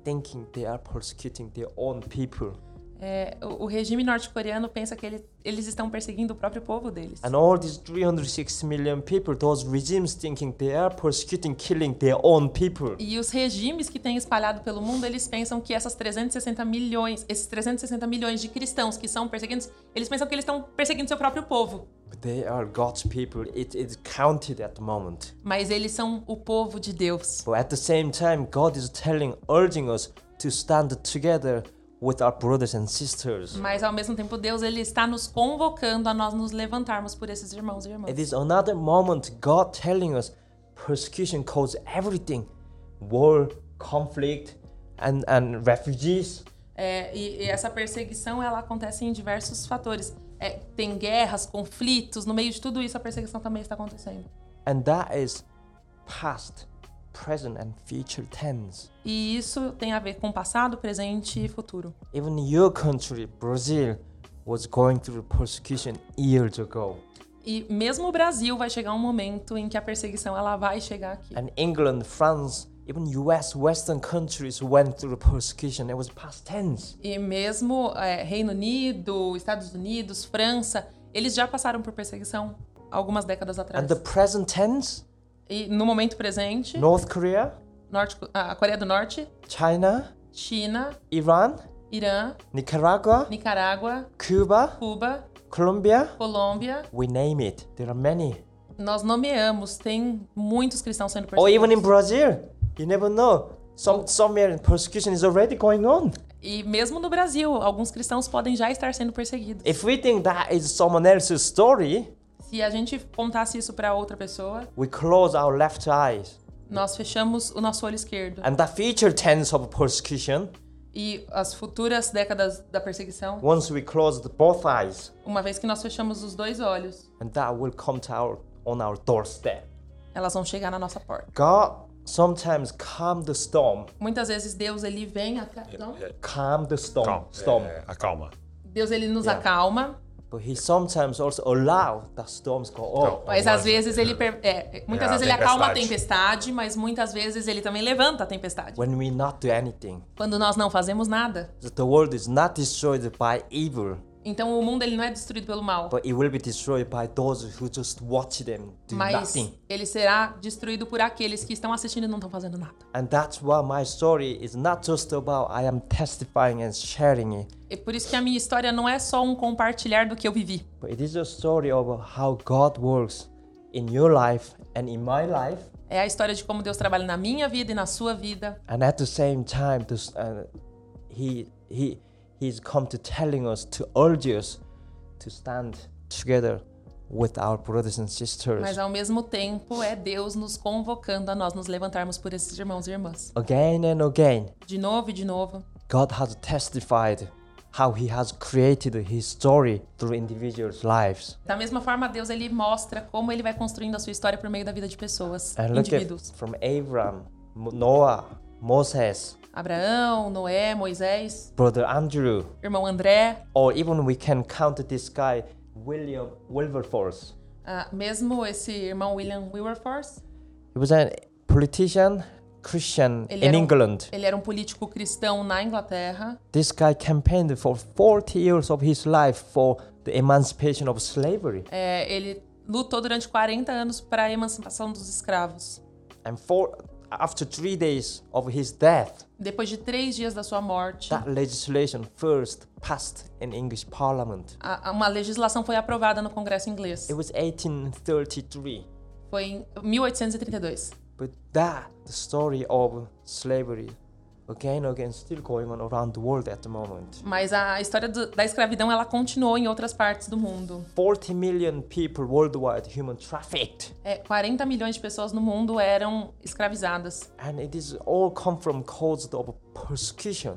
[SPEAKER 3] thinking they are persecuting their own people.
[SPEAKER 4] É, o, o regime norte-coreano pensa que ele- eles estão perseguindo o próprio povo deles.
[SPEAKER 3] And all these 360 million people, those regimes thinking they are persecuting, killing their own people.
[SPEAKER 4] E os regimes que têm espalhado pelo mundo, eles pensam que essas 360 milhões, esses 360 milhões de cristãos que são perseguidos, eles pensam que eles estão perseguindo seu próprio povo.
[SPEAKER 3] But they are God's people. It is counted at the moment.
[SPEAKER 4] Mas eles são o povo de Deus.
[SPEAKER 3] But at the same time, God is telling, urging us to stand together with our brothers and sisters.
[SPEAKER 4] Mas ao mesmo tempo, Deus ele está nos convocando a nós nos levantarmos por esses irmãos e irmãs.
[SPEAKER 3] It is another moment God telling us persecution causes everything war, conflict, and, and refugees.
[SPEAKER 4] É, e, e essa perseguição ela acontece em diversos fatores. É, tem guerras, conflitos, no meio de tudo isso a perseguição também está acontecendo.
[SPEAKER 3] And that is past, present, and future tense.
[SPEAKER 4] E isso tem a ver com passado, presente e futuro.
[SPEAKER 3] Even your country, Brazil, was going through persecution years ago.
[SPEAKER 4] E mesmo o Brasil vai chegar um momento em que a perseguição ela vai chegar aqui.
[SPEAKER 3] And England, France, even US, Western countries went through persecution. It was past tense.
[SPEAKER 4] E mesmo é, Reino Unido, Estados Unidos, França, eles já passaram por perseguição algumas décadas atrás.
[SPEAKER 3] And the present tense,
[SPEAKER 4] E no momento presente,
[SPEAKER 3] North Korea,
[SPEAKER 4] Norte- a Coreia do Norte,
[SPEAKER 3] China,
[SPEAKER 4] China,
[SPEAKER 3] Iran,
[SPEAKER 4] Irã,
[SPEAKER 3] Nicaragua,
[SPEAKER 4] Nicarágua,
[SPEAKER 3] Cuba,
[SPEAKER 4] Cuba,
[SPEAKER 3] Colombia,
[SPEAKER 4] Colômbia,
[SPEAKER 3] we name it. There are many.
[SPEAKER 4] nós nomeamos, tem muitos cristãos sendo
[SPEAKER 3] Or
[SPEAKER 4] perseguidos.
[SPEAKER 3] even in Brazil, you never know. Some somewhere persecution is already going on.
[SPEAKER 4] E mesmo no Brasil, alguns cristãos podem já estar sendo perseguidos.
[SPEAKER 3] If we think that is someone else's story,
[SPEAKER 4] Se a gente contasse isso para outra pessoa,
[SPEAKER 3] we close our left eyes.
[SPEAKER 4] nós fechamos o nosso olho esquerdo.
[SPEAKER 3] And the future tense of persecution,
[SPEAKER 4] E as futuras décadas da perseguição,
[SPEAKER 3] once we close the both eyes,
[SPEAKER 4] uma vez que nós fechamos os dois olhos,
[SPEAKER 3] and that will come to our on our doorstep.
[SPEAKER 4] elas vão chegar na nossa porta.
[SPEAKER 3] God sometimes calm the storm.
[SPEAKER 4] Muitas vezes Deus ele vem, aca- não?
[SPEAKER 3] Calm the storm.
[SPEAKER 2] Calma.
[SPEAKER 3] Storm.
[SPEAKER 2] É, acalma.
[SPEAKER 4] Deus ele nos
[SPEAKER 3] Yeah.
[SPEAKER 4] acalma,
[SPEAKER 3] But he sometimes also allow the storms go on.
[SPEAKER 4] mas
[SPEAKER 2] Calma,
[SPEAKER 4] às vezes ele per- é, muitas
[SPEAKER 2] É, a
[SPEAKER 4] vezes ele acalma a
[SPEAKER 2] tempestade.
[SPEAKER 4] tempestade, mas muitas vezes ele também levanta a tempestade.
[SPEAKER 3] When we not do anything.
[SPEAKER 4] Quando nós não fazemos nada,
[SPEAKER 3] That the world is not destroyed by evil,
[SPEAKER 4] então o mundo ele não é destruído pelo mal,
[SPEAKER 3] but it will be destroyed by those who just watch them do
[SPEAKER 4] mas
[SPEAKER 3] nothing.
[SPEAKER 4] ele será destruído por aqueles que estão assistindo e não estão fazendo nada.
[SPEAKER 3] And that's why my story is not just about I am testifying and sharing it,
[SPEAKER 4] É por isso que a minha história não é só um compartilhar do que eu vivi.
[SPEAKER 3] but it is a story of how God works in your life and in my life.
[SPEAKER 4] É a história de como Deus trabalha na minha vida e na sua vida.
[SPEAKER 3] And at the same time, this, uh, he, he, he's come to telling us, to urge us to stand together with our brothers and sisters.
[SPEAKER 4] Mas ao mesmo tempo é Deus nos convocando a nós nos levantarmos por esses irmãos e irmãs.
[SPEAKER 3] Again and again,
[SPEAKER 4] De novo e de novo.
[SPEAKER 3] God has testified how he has created his story through individuals' lives.
[SPEAKER 4] Da mesma forma, Deus ele mostra como ele vai construindo a sua história
[SPEAKER 3] é
[SPEAKER 4] por meio da vida de pessoas,
[SPEAKER 3] And look at
[SPEAKER 4] indivíduos.
[SPEAKER 3] from Abram, Mo- Noah, Moses,
[SPEAKER 4] Abraão, Noé, Moisés,
[SPEAKER 3] Brother Andrew,
[SPEAKER 4] irmão André,
[SPEAKER 3] or even we can count this guy, William Wilberforce.
[SPEAKER 4] ah, mesmo esse irmão William Wilberforce.
[SPEAKER 3] He was a politician, Christian
[SPEAKER 4] Ele
[SPEAKER 3] in
[SPEAKER 4] era um-
[SPEAKER 3] England.
[SPEAKER 4] Ele era um político cristão na Inglaterra.
[SPEAKER 3] This guy campaigned for 40 years of his life for the emancipation of slavery.
[SPEAKER 4] É, ele lutou durante 40 anos para a emancipação dos escravos.
[SPEAKER 3] And for, after three days of his death,
[SPEAKER 4] Depois de três dias da sua morte,
[SPEAKER 3] that legislation first passed in English Parliament.
[SPEAKER 4] a- a- uma legislação foi aprovada no Congresso inglês.
[SPEAKER 3] It was 1833.
[SPEAKER 4] Foi em 1832.
[SPEAKER 3] But that, the story of slavery, again again, still going on around the world at the moment.
[SPEAKER 4] Mas a história do- da escravidão ela continuou em outras partes do mundo.
[SPEAKER 3] 40 million people worldwide human trafficked.
[SPEAKER 4] É, 40 milhões de pessoas no mundo eram escravizadas.
[SPEAKER 3] And it is all come from cause of persecution.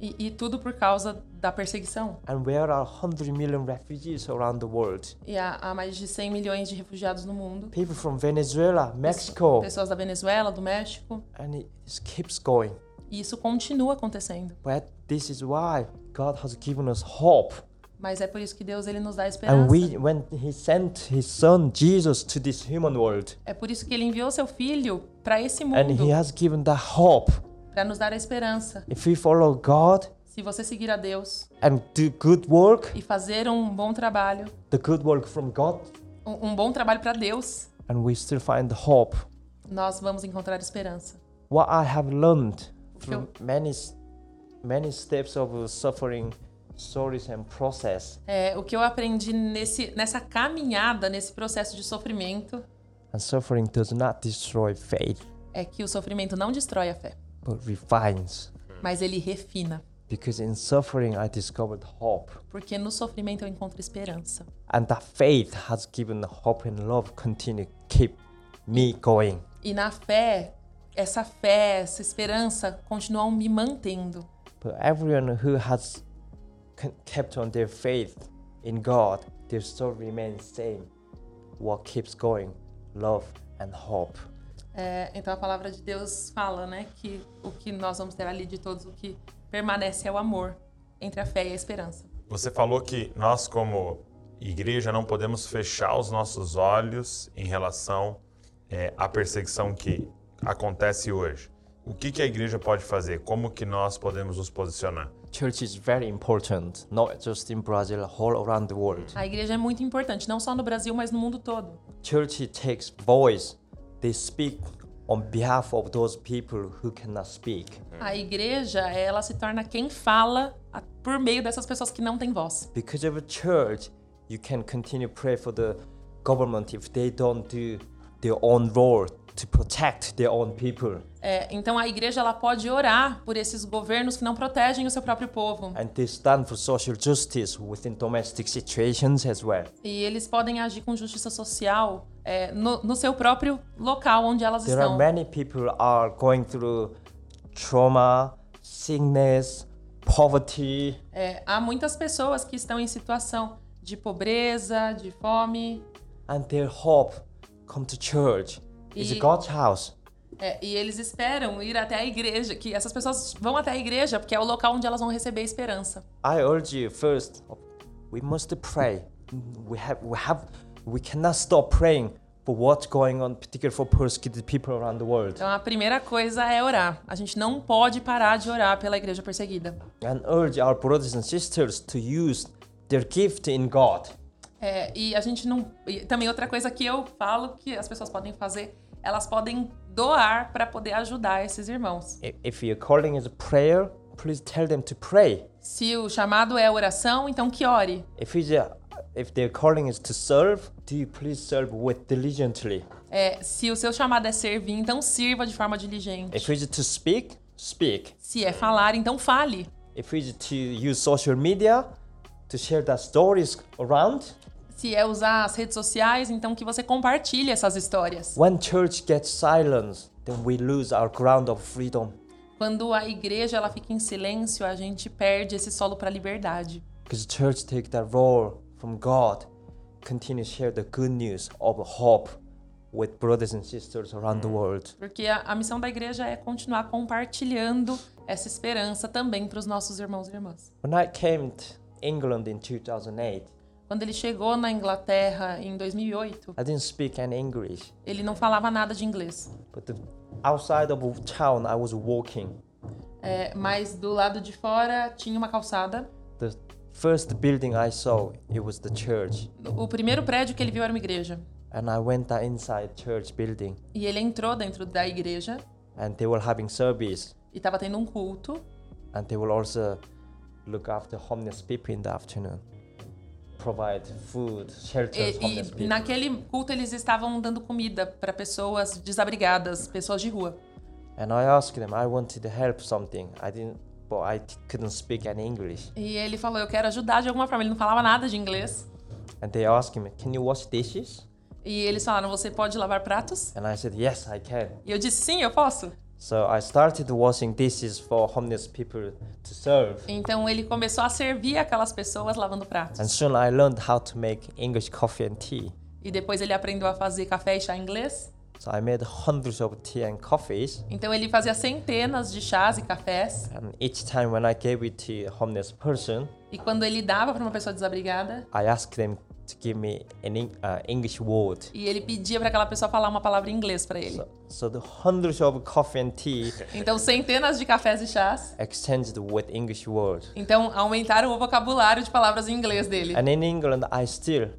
[SPEAKER 4] E, e tudo por causa da perseguição.
[SPEAKER 3] And where are 100 million refugees around the world?
[SPEAKER 4] E há, há mais de 100 milhões de refugiados no mundo.
[SPEAKER 3] People from Venezuela, Mexico,
[SPEAKER 4] Pessoas da Venezuela, do México.
[SPEAKER 3] and it just keeps going.
[SPEAKER 4] E isso continua acontecendo.
[SPEAKER 3] But this is why God has given us hope.
[SPEAKER 4] Mas é por isso que Deus ele nos dá esperança.
[SPEAKER 3] And we, when He sent His Son Jesus to this human world,
[SPEAKER 4] É por isso que ele enviou seu filho para esse
[SPEAKER 3] and He
[SPEAKER 4] mundo,
[SPEAKER 3] has given that hope.
[SPEAKER 4] para nos dar a esperança.
[SPEAKER 3] If we follow God
[SPEAKER 4] Se você seguir a Deus
[SPEAKER 3] and do good work,
[SPEAKER 4] e fazer um bom trabalho,
[SPEAKER 3] the good work from God,
[SPEAKER 4] um, um bom trabalho para Deus,
[SPEAKER 3] and we still find hope.
[SPEAKER 4] nós vamos encontrar esperança.
[SPEAKER 3] What I have learned through many, s- many steps of uh, suffering, stories, and process,
[SPEAKER 4] É, o que eu aprendi nesse, nessa caminhada, nesse processo de sofrimento,
[SPEAKER 3] and suffering does not destroy faith,
[SPEAKER 4] é que o sofrimento não destrói a fé,
[SPEAKER 3] but refines.
[SPEAKER 4] mas ele refina.
[SPEAKER 3] Because in suffering, I discovered hope.
[SPEAKER 4] Porque no sofrimento eu encontro esperança.
[SPEAKER 3] and that faith has given hope and love continue keep me going
[SPEAKER 4] E na fé, essa fé, essa esperança continuam me mantendo.
[SPEAKER 3] but everyone who has con- kept on their faith in god their soul remains same what keeps going love and hope
[SPEAKER 4] É, então a palavra de Deus fala, né, que o que nós vamos ter ali de todos, o que permanece é o amor entre a fé e a esperança.
[SPEAKER 2] Você falou que nós, como igreja, não podemos fechar os nossos olhos em relação eh, à perseguição que acontece hoje. O que, que a igreja pode fazer? Como que nós podemos nos posicionar?
[SPEAKER 3] church is very important not just in brazil all around the world
[SPEAKER 4] A igreja é muito importante, não só no Brasil, mas no mundo todo.
[SPEAKER 3] church takes voice they speak on behalf of those people who cannot speak
[SPEAKER 4] A igreja, ela se torna quem fala a- por meio dessas pessoas que não têm voz.
[SPEAKER 3] because of a church, you can continue pray for the government if they don't do their own role to protect their own people.
[SPEAKER 4] É, então a igreja ela pode orar por esses governos que não protegem o seu próprio povo.
[SPEAKER 3] And they stand for social justice within domestic situations as well.
[SPEAKER 4] E eles podem agir com justiça social é, no, no seu próprio local onde elas
[SPEAKER 3] There
[SPEAKER 4] estão.
[SPEAKER 3] are many people are going through trauma, sickness, poverty,
[SPEAKER 4] É, há muitas pessoas que estão em situação de pobreza, de fome,
[SPEAKER 3] and their hope come to church. It's
[SPEAKER 4] Y-
[SPEAKER 3] God's house.
[SPEAKER 4] é, e eles esperam ir até a igreja, que essas pessoas vão até a igreja porque é o local onde elas vão receber esperança.
[SPEAKER 3] I urge you first, we must pray. We have, we have, we cannot stop praying for what's going on, particularly for persecuted people around the world.
[SPEAKER 4] Então a primeira coisa é orar. A gente não pode parar de orar pela igreja perseguida.
[SPEAKER 3] And urge our brothers and sisters to use their gift in God.
[SPEAKER 4] É, e a gente não. e também outra coisa que eu falo que as pessoas podem fazer, elas podem doar para poder ajudar esses irmãos.
[SPEAKER 3] I- If your calling is prayer, please tell them to pray.
[SPEAKER 4] Se o chamado é oração, então que ore.
[SPEAKER 3] If it's a, if their calling is to serve, do you please serve with diligently.
[SPEAKER 4] É, se o seu chamado é servir, então sirva de forma diligente.
[SPEAKER 3] If it's to speak, speak.
[SPEAKER 4] Se é falar, então fale.
[SPEAKER 3] If it's to use social media to share that stories around,
[SPEAKER 4] Se é usar as redes sociais, então que você compartilhe essas histórias.
[SPEAKER 3] When church gets silence, then we lose our ground of freedom.
[SPEAKER 4] Quando a igreja ela fica em silêncio, a gente perde esse solo para a liberdade.
[SPEAKER 3] Because church take that role from God, continue to share the good news of hope with brothers and sisters around the world.
[SPEAKER 4] Porque a, a missão da igreja é continuar compartilhando essa esperança também para os nossos irmãos e irmãs.
[SPEAKER 3] When I came to England in 2008,
[SPEAKER 4] Quando ele chegou na Inglaterra em 2008,
[SPEAKER 3] I didn't speak any English,
[SPEAKER 4] ele não falava nada de inglês.
[SPEAKER 3] but the, outside of town I was walking.
[SPEAKER 4] É, mas do lado de fora tinha uma calçada.
[SPEAKER 3] The first building I saw it was the church,
[SPEAKER 4] O primeiro prédio que ele viu era uma igreja.
[SPEAKER 3] and I went down inside church building,
[SPEAKER 4] E ele entrou dentro da igreja
[SPEAKER 3] and they were having service,
[SPEAKER 4] e estava tendo um culto.
[SPEAKER 3] and they will also look after homeless people in the afternoon, provide food, shelter
[SPEAKER 4] E, e
[SPEAKER 3] homeless people.
[SPEAKER 4] naquele culto eles estavam dando comida para pessoas desabrigadas, pessoas de rua.
[SPEAKER 3] And I asked them, I wanted to help something. I didn't, but I t- couldn't speak any English.
[SPEAKER 4] E ele falou: Eu quero ajudar de alguma forma. Ele não falava nada de inglês.
[SPEAKER 3] And they asked me, Can you wash dishes?
[SPEAKER 4] E eles falaram: Você pode lavar pratos?
[SPEAKER 3] And I said, Yes, I can.
[SPEAKER 4] E eu disse: Sim, eu posso.
[SPEAKER 3] So I started washing dishes for homeless people to serve.
[SPEAKER 4] Então ele começou a servir aquelas pessoas lavando pratos.
[SPEAKER 3] And soon I learned how to make English coffee and tea.
[SPEAKER 4] E depois ele aprendeu a fazer café e chá em inglês.
[SPEAKER 3] So I made hundreds of tea and coffees.
[SPEAKER 4] Então ele fazia centenas de chás e cafés.
[SPEAKER 3] And each time when I gave it to a homeless person,
[SPEAKER 4] E quando ele dava para uma pessoa desabrigada,
[SPEAKER 3] I asked them to give me an Eng- uh, English word.
[SPEAKER 4] e ele pedia para aquela pessoa falar uma palavra em inglês para ele.
[SPEAKER 3] So, so the hundreds of coffee and tea
[SPEAKER 4] Então centenas de cafés e chás.
[SPEAKER 3] exchanged with English word.
[SPEAKER 4] Então aumentaram o vocabulário de palavras em inglês dele.
[SPEAKER 3] And in England, I still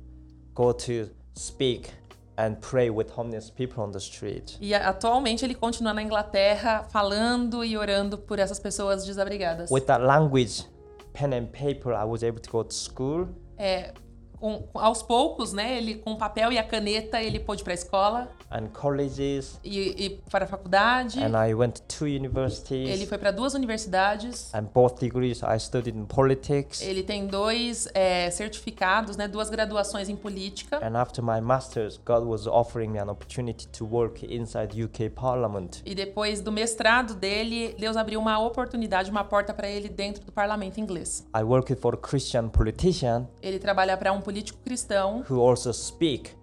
[SPEAKER 3] go to speak and pray with homeless people on the street.
[SPEAKER 4] E a- atualmente ele continua na Inglaterra falando e orando por essas pessoas desabrigadas.
[SPEAKER 3] With that language, pen and paper, I was able to go to school.
[SPEAKER 4] É, com- com- aos poucos, né? Ele com o papel e a caneta ele pôde ir para a escola
[SPEAKER 3] and colleges,
[SPEAKER 4] e, e para a faculdade.
[SPEAKER 3] and I went to two
[SPEAKER 4] Ele
[SPEAKER 3] universities
[SPEAKER 4] foi para duas universidades.
[SPEAKER 3] and both degrees. I studied in politics,
[SPEAKER 4] Ele tem dois é, certificados, né? Duas graduações em política.
[SPEAKER 3] and after my master's, God was offering me an opportunity to work inside UK Parliament.
[SPEAKER 4] E depois do mestrado dele, Deus abriu uma oportunidade, uma porta para ele dentro do parlamento inglês.
[SPEAKER 3] I worked for a Christian politician
[SPEAKER 4] Ele trabalha para um político cristão.
[SPEAKER 3] who also speak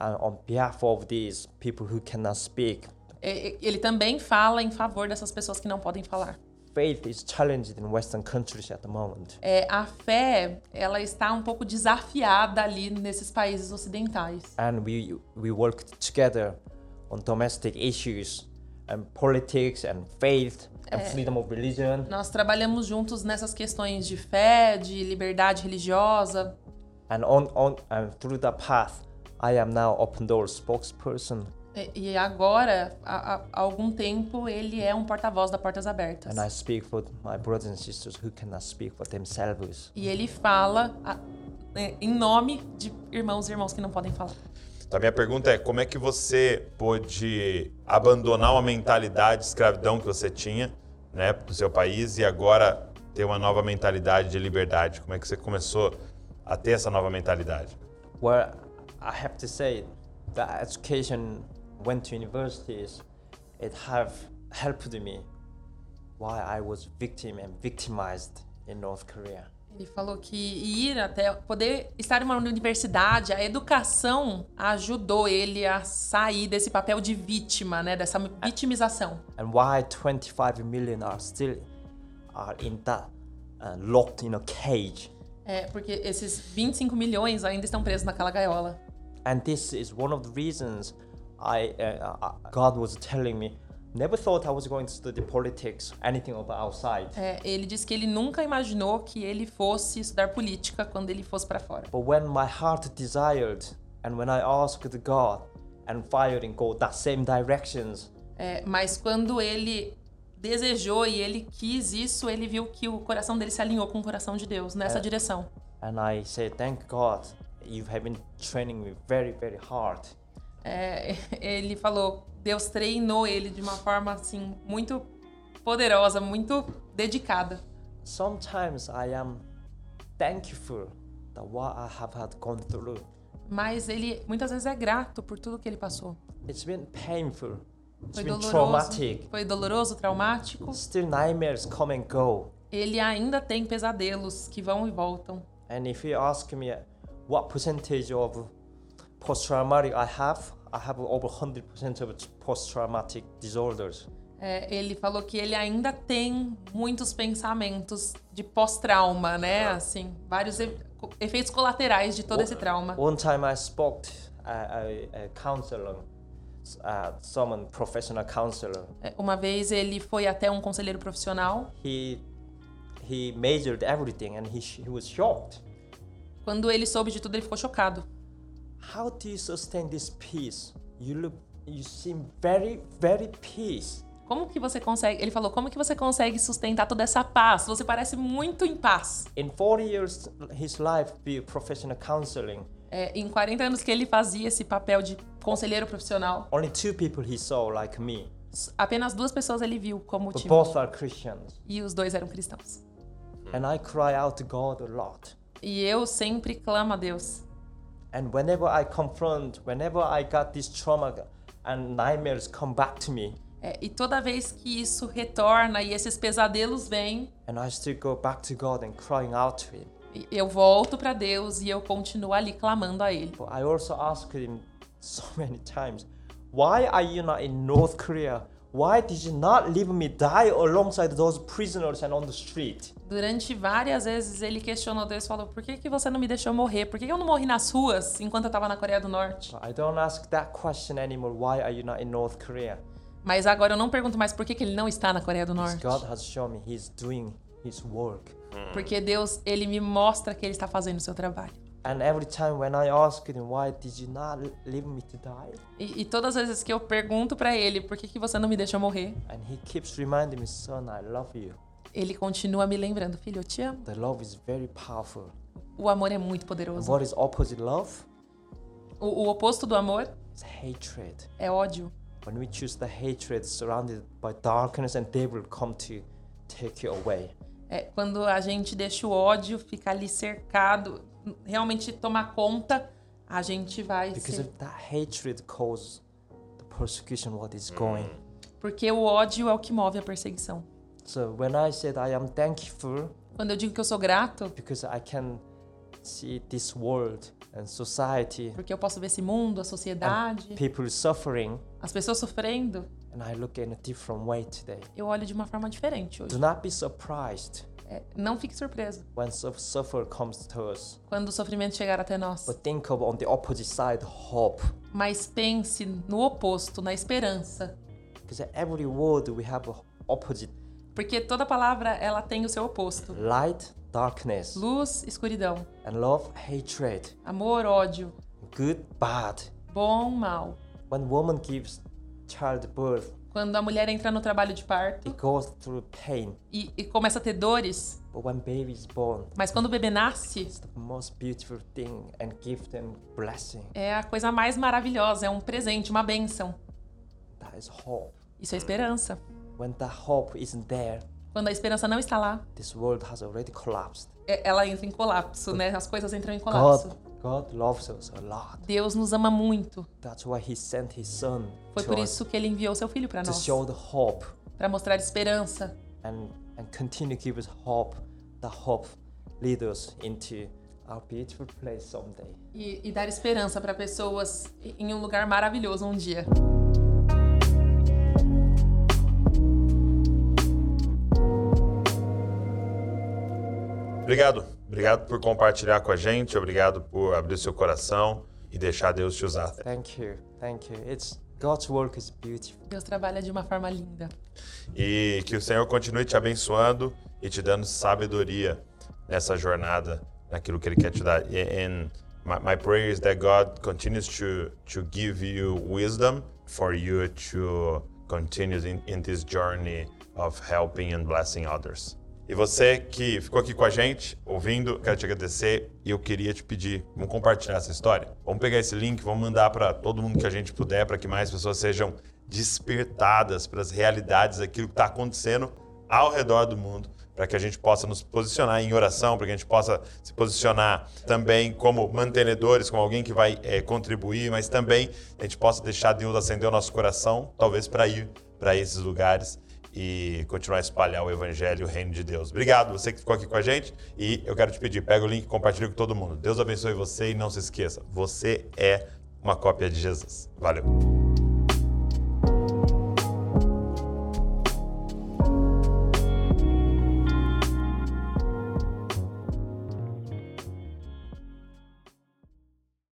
[SPEAKER 3] uh, on behalf of these people who cannot speak.
[SPEAKER 4] E- e- Ele também fala em favor dessas pessoas que não podem falar.
[SPEAKER 3] Faith is challenged in Western countries at the moment.
[SPEAKER 4] É, a fé, ela está um pouco desafiada ali nesses países ocidentais.
[SPEAKER 3] and we we worked together on domestic issues and politics and faith and freedom of religion
[SPEAKER 4] Nós trabalhamos juntos nessas questões de fé, de liberdade religiosa.
[SPEAKER 3] and on on and through that path I am now open door spokesperson
[SPEAKER 4] E, e agora, há, há- há algum tempo, ele é um porta-voz da Portas Abertas.
[SPEAKER 3] and I speak for my brothers and sisters who cannot speak for themselves.
[SPEAKER 4] E ele fala a- é, em nome de irmãos e irmãos que não podem falar.
[SPEAKER 2] Então, a minha pergunta é: como é que você pôde abandonar uma mentalidade de escravidão que você tinha, né, pro seu país e agora ter uma nova mentalidade de liberdade? Como é que você começou a ter essa nova mentalidade?
[SPEAKER 3] Well, I have to say that education went to universities it have helped me while I was victim and victimized in North Korea.
[SPEAKER 4] Ele falou que ir até poder estar em uma universidade, a educação ajudou ele a sair desse papel de vítima, né, dessa vitimização.
[SPEAKER 3] and why 25 million are still are in that uh, locked in a cage
[SPEAKER 4] É, porque esses 25 milhões ainda estão presos naquela gaiola.
[SPEAKER 3] and this is one of the reasons i uh, uh, god was telling me never thought i was going to study politics anything about outside
[SPEAKER 4] É, ele disse que ele nunca imaginou que ele fosse estudar política quando ele fosse para fora.
[SPEAKER 3] but when my heart desired and when i asked god and firing go that same directions
[SPEAKER 4] É, mas quando ele desejou e ele quis isso, ele viu que o coração dele se alinhou com o coração de Deus nessa
[SPEAKER 3] É.
[SPEAKER 4] direção.
[SPEAKER 3] and i say thank god you have been training me very very hard
[SPEAKER 4] É, ele falou, Deus treinou ele de uma forma assim muito poderosa, muito dedicada.
[SPEAKER 3] sometimes I am thankful that what I have had gone through.
[SPEAKER 4] Mas ele muitas vezes é grato por tudo que ele passou.
[SPEAKER 3] It's been painful. It's
[SPEAKER 4] Foi
[SPEAKER 3] been
[SPEAKER 4] doloroso,
[SPEAKER 3] traumatic.
[SPEAKER 4] foi doloroso, traumático.
[SPEAKER 3] Still nightmares come and go.
[SPEAKER 4] Ele ainda tem pesadelos que vão e voltam.
[SPEAKER 3] And if you ask me what percentage of post-traumatic I have, I have over 100% of post-traumatic disorders.
[SPEAKER 4] É, ele falou que ele ainda tem muitos pensamentos de pós-trauma, né? Assim, vários e- co- efeitos colaterais de todo esse trauma.
[SPEAKER 3] One time I spoke a, a, a counselor, uh, someone professional counselor.
[SPEAKER 4] É, Uma vez ele foi até um conselheiro profissional.
[SPEAKER 3] He he measured everything and he, sh- he was shocked.
[SPEAKER 4] Quando ele soube de tudo, ele ficou chocado.
[SPEAKER 3] How do you sustain this peace? You look you seem very very peace.
[SPEAKER 4] Como que você consegue? Ele falou, como que você consegue sustentar toda essa paz? Você parece muito em paz.
[SPEAKER 3] In 40 years his life be professional counseling.
[SPEAKER 4] É, em 40 anos que ele fazia esse papel de conselheiro profissional,
[SPEAKER 3] Only two people he saw like me.
[SPEAKER 4] s- apenas duas pessoas ele viu como
[SPEAKER 3] But
[SPEAKER 4] time.
[SPEAKER 3] both are Christians.
[SPEAKER 4] E os dois eram cristãos.
[SPEAKER 3] And I cry out to God a lot.
[SPEAKER 4] E eu sempre clamo a Deus.
[SPEAKER 3] And whenever I confront, whenever I got this trauma and nightmares come back to me,
[SPEAKER 4] É, e toda vez que isso retorna e esses pesadelos vêm,
[SPEAKER 3] and I still go back to God and crying out to Him.
[SPEAKER 4] e- eu volto pra Deus e eu continuo ali clamando a Ele.
[SPEAKER 3] But I also ask Him so many times, why are you not in North Korea? Why did you not leave me die alongside those prisoners and on the street?
[SPEAKER 4] Durante várias vezes ele questionou Deus e falou: Por que, que você não me deixou morrer? Por que eu não morri nas ruas enquanto eu tava na Coreia do Norte?
[SPEAKER 3] I don't ask that question anymore. Why are you not in North Korea?
[SPEAKER 4] Mas agora eu não pergunto mais por que, que ele não está na Coreia do
[SPEAKER 3] Because
[SPEAKER 4] Norte.
[SPEAKER 3] God has shown me He's doing His work.
[SPEAKER 4] Porque Deus, ele me mostra que ele está fazendo o seu trabalho.
[SPEAKER 3] And every time when I ask Him, why did you not leave me to die?
[SPEAKER 4] E, e todas as vezes que eu pergunto pra ele por que, que você não me deixou morrer,
[SPEAKER 3] And he keeps reminding me, son, I love you.
[SPEAKER 4] ele continua me lembrando: Filho, eu te amo.
[SPEAKER 3] The love is very powerful.
[SPEAKER 4] O amor é muito
[SPEAKER 3] And
[SPEAKER 4] poderoso.
[SPEAKER 3] what is opposite love?
[SPEAKER 4] O, o oposto do amor
[SPEAKER 3] It's hatred.
[SPEAKER 4] é ódio.
[SPEAKER 3] When we choose the hatred surrounded by darkness and devil come to take you away.
[SPEAKER 4] É quando a gente deixa o ódio ficar ali cercado, realmente tomar conta, a gente vai.
[SPEAKER 3] Because
[SPEAKER 4] ser-
[SPEAKER 3] if that hatred causes the persecution what is going.
[SPEAKER 4] Porque o ódio é o que move a perseguição.
[SPEAKER 3] So when I said I am thankful
[SPEAKER 4] Quando eu digo que eu sou grato,
[SPEAKER 3] because I can see this world and society
[SPEAKER 4] porque eu posso ver esse mundo, a sociedade,
[SPEAKER 3] people suffering
[SPEAKER 4] as pessoas sofrendo,
[SPEAKER 3] and I look in a different way today.
[SPEAKER 4] eu olho de uma forma diferente
[SPEAKER 3] Do
[SPEAKER 4] hoje.
[SPEAKER 3] not be surprised
[SPEAKER 4] É, não fique surpreso
[SPEAKER 3] when su- suffer comes to us.
[SPEAKER 4] quando o sofrimento chegar até nós,
[SPEAKER 3] But think of on the opposite side hope.
[SPEAKER 4] mas pense no oposto, na esperança,
[SPEAKER 3] Because every word we have a opposite
[SPEAKER 4] porque toda palavra ela tem o seu oposto:
[SPEAKER 3] light, darkness,
[SPEAKER 4] luz, escuridão,
[SPEAKER 3] and love, hatred,
[SPEAKER 4] amor, ódio,
[SPEAKER 3] good, bad.
[SPEAKER 4] bom, mal.
[SPEAKER 3] When woman gives childbirth,
[SPEAKER 4] Quando a mulher entra no trabalho de parto
[SPEAKER 3] it goes through pain.
[SPEAKER 4] e, e começa a ter dores,
[SPEAKER 3] But when baby is born,
[SPEAKER 4] mas quando o bebê nasce,
[SPEAKER 3] it's the most beautiful thing and gift and blessing.
[SPEAKER 4] é a coisa mais maravilhosa, é um presente, uma bênção.
[SPEAKER 3] That is hope.
[SPEAKER 4] Isso é esperança.
[SPEAKER 3] When that hope isn't there,
[SPEAKER 4] Quando a esperança não está lá,
[SPEAKER 3] this world has already collapsed.
[SPEAKER 4] é- ela entra em colapso, né? As coisas entram em colapso.
[SPEAKER 3] God, God loves us a lot.
[SPEAKER 4] Deus nos ama muito.
[SPEAKER 3] That's why He sent His Son
[SPEAKER 4] Foi
[SPEAKER 3] to
[SPEAKER 4] por
[SPEAKER 3] us
[SPEAKER 4] isso que ele enviou seu filho para
[SPEAKER 3] to
[SPEAKER 4] nós,
[SPEAKER 3] show the hope
[SPEAKER 4] para mostrar esperança
[SPEAKER 3] and and continue to give us hope. That hope lead us into our beautiful place someday.
[SPEAKER 4] e, e dar esperança para pessoas em um lugar maravilhoso um dia.
[SPEAKER 2] Obrigado. Obrigado por compartilhar com a gente. Obrigado por abrir seu coração e deixar Deus te usar.
[SPEAKER 3] Thank you, thank you. It's God's work is beautiful.
[SPEAKER 4] Deus trabalha de uma forma linda.
[SPEAKER 2] E que o Senhor continue te abençoando e te dando sabedoria nessa jornada, naquilo que Ele quer te dar. E- And my, my prayer is that God continues to, to give you wisdom for you to continue in, in this journey of helping and blessing others. E você que ficou aqui com a gente, ouvindo, quero te agradecer e eu queria te pedir, vamos compartilhar essa história? Vamos pegar esse link, vamos mandar para todo mundo que a gente puder, para que mais pessoas sejam despertadas para as realidades daquilo que está acontecendo ao redor do mundo, para que a gente possa nos posicionar em oração, para que a gente possa se posicionar também como mantenedores, como alguém que vai eh, contribuir, mas também a gente possa deixar Deus acender o nosso coração, talvez para ir para esses lugares e continuar a espalhar o evangelho e o reino de Deus. Obrigado, você que ficou aqui com a gente e eu quero te pedir, pega o link, e compartilha com todo mundo. Deus abençoe você e não se esqueça, você é uma cópia de Jesus. Valeu!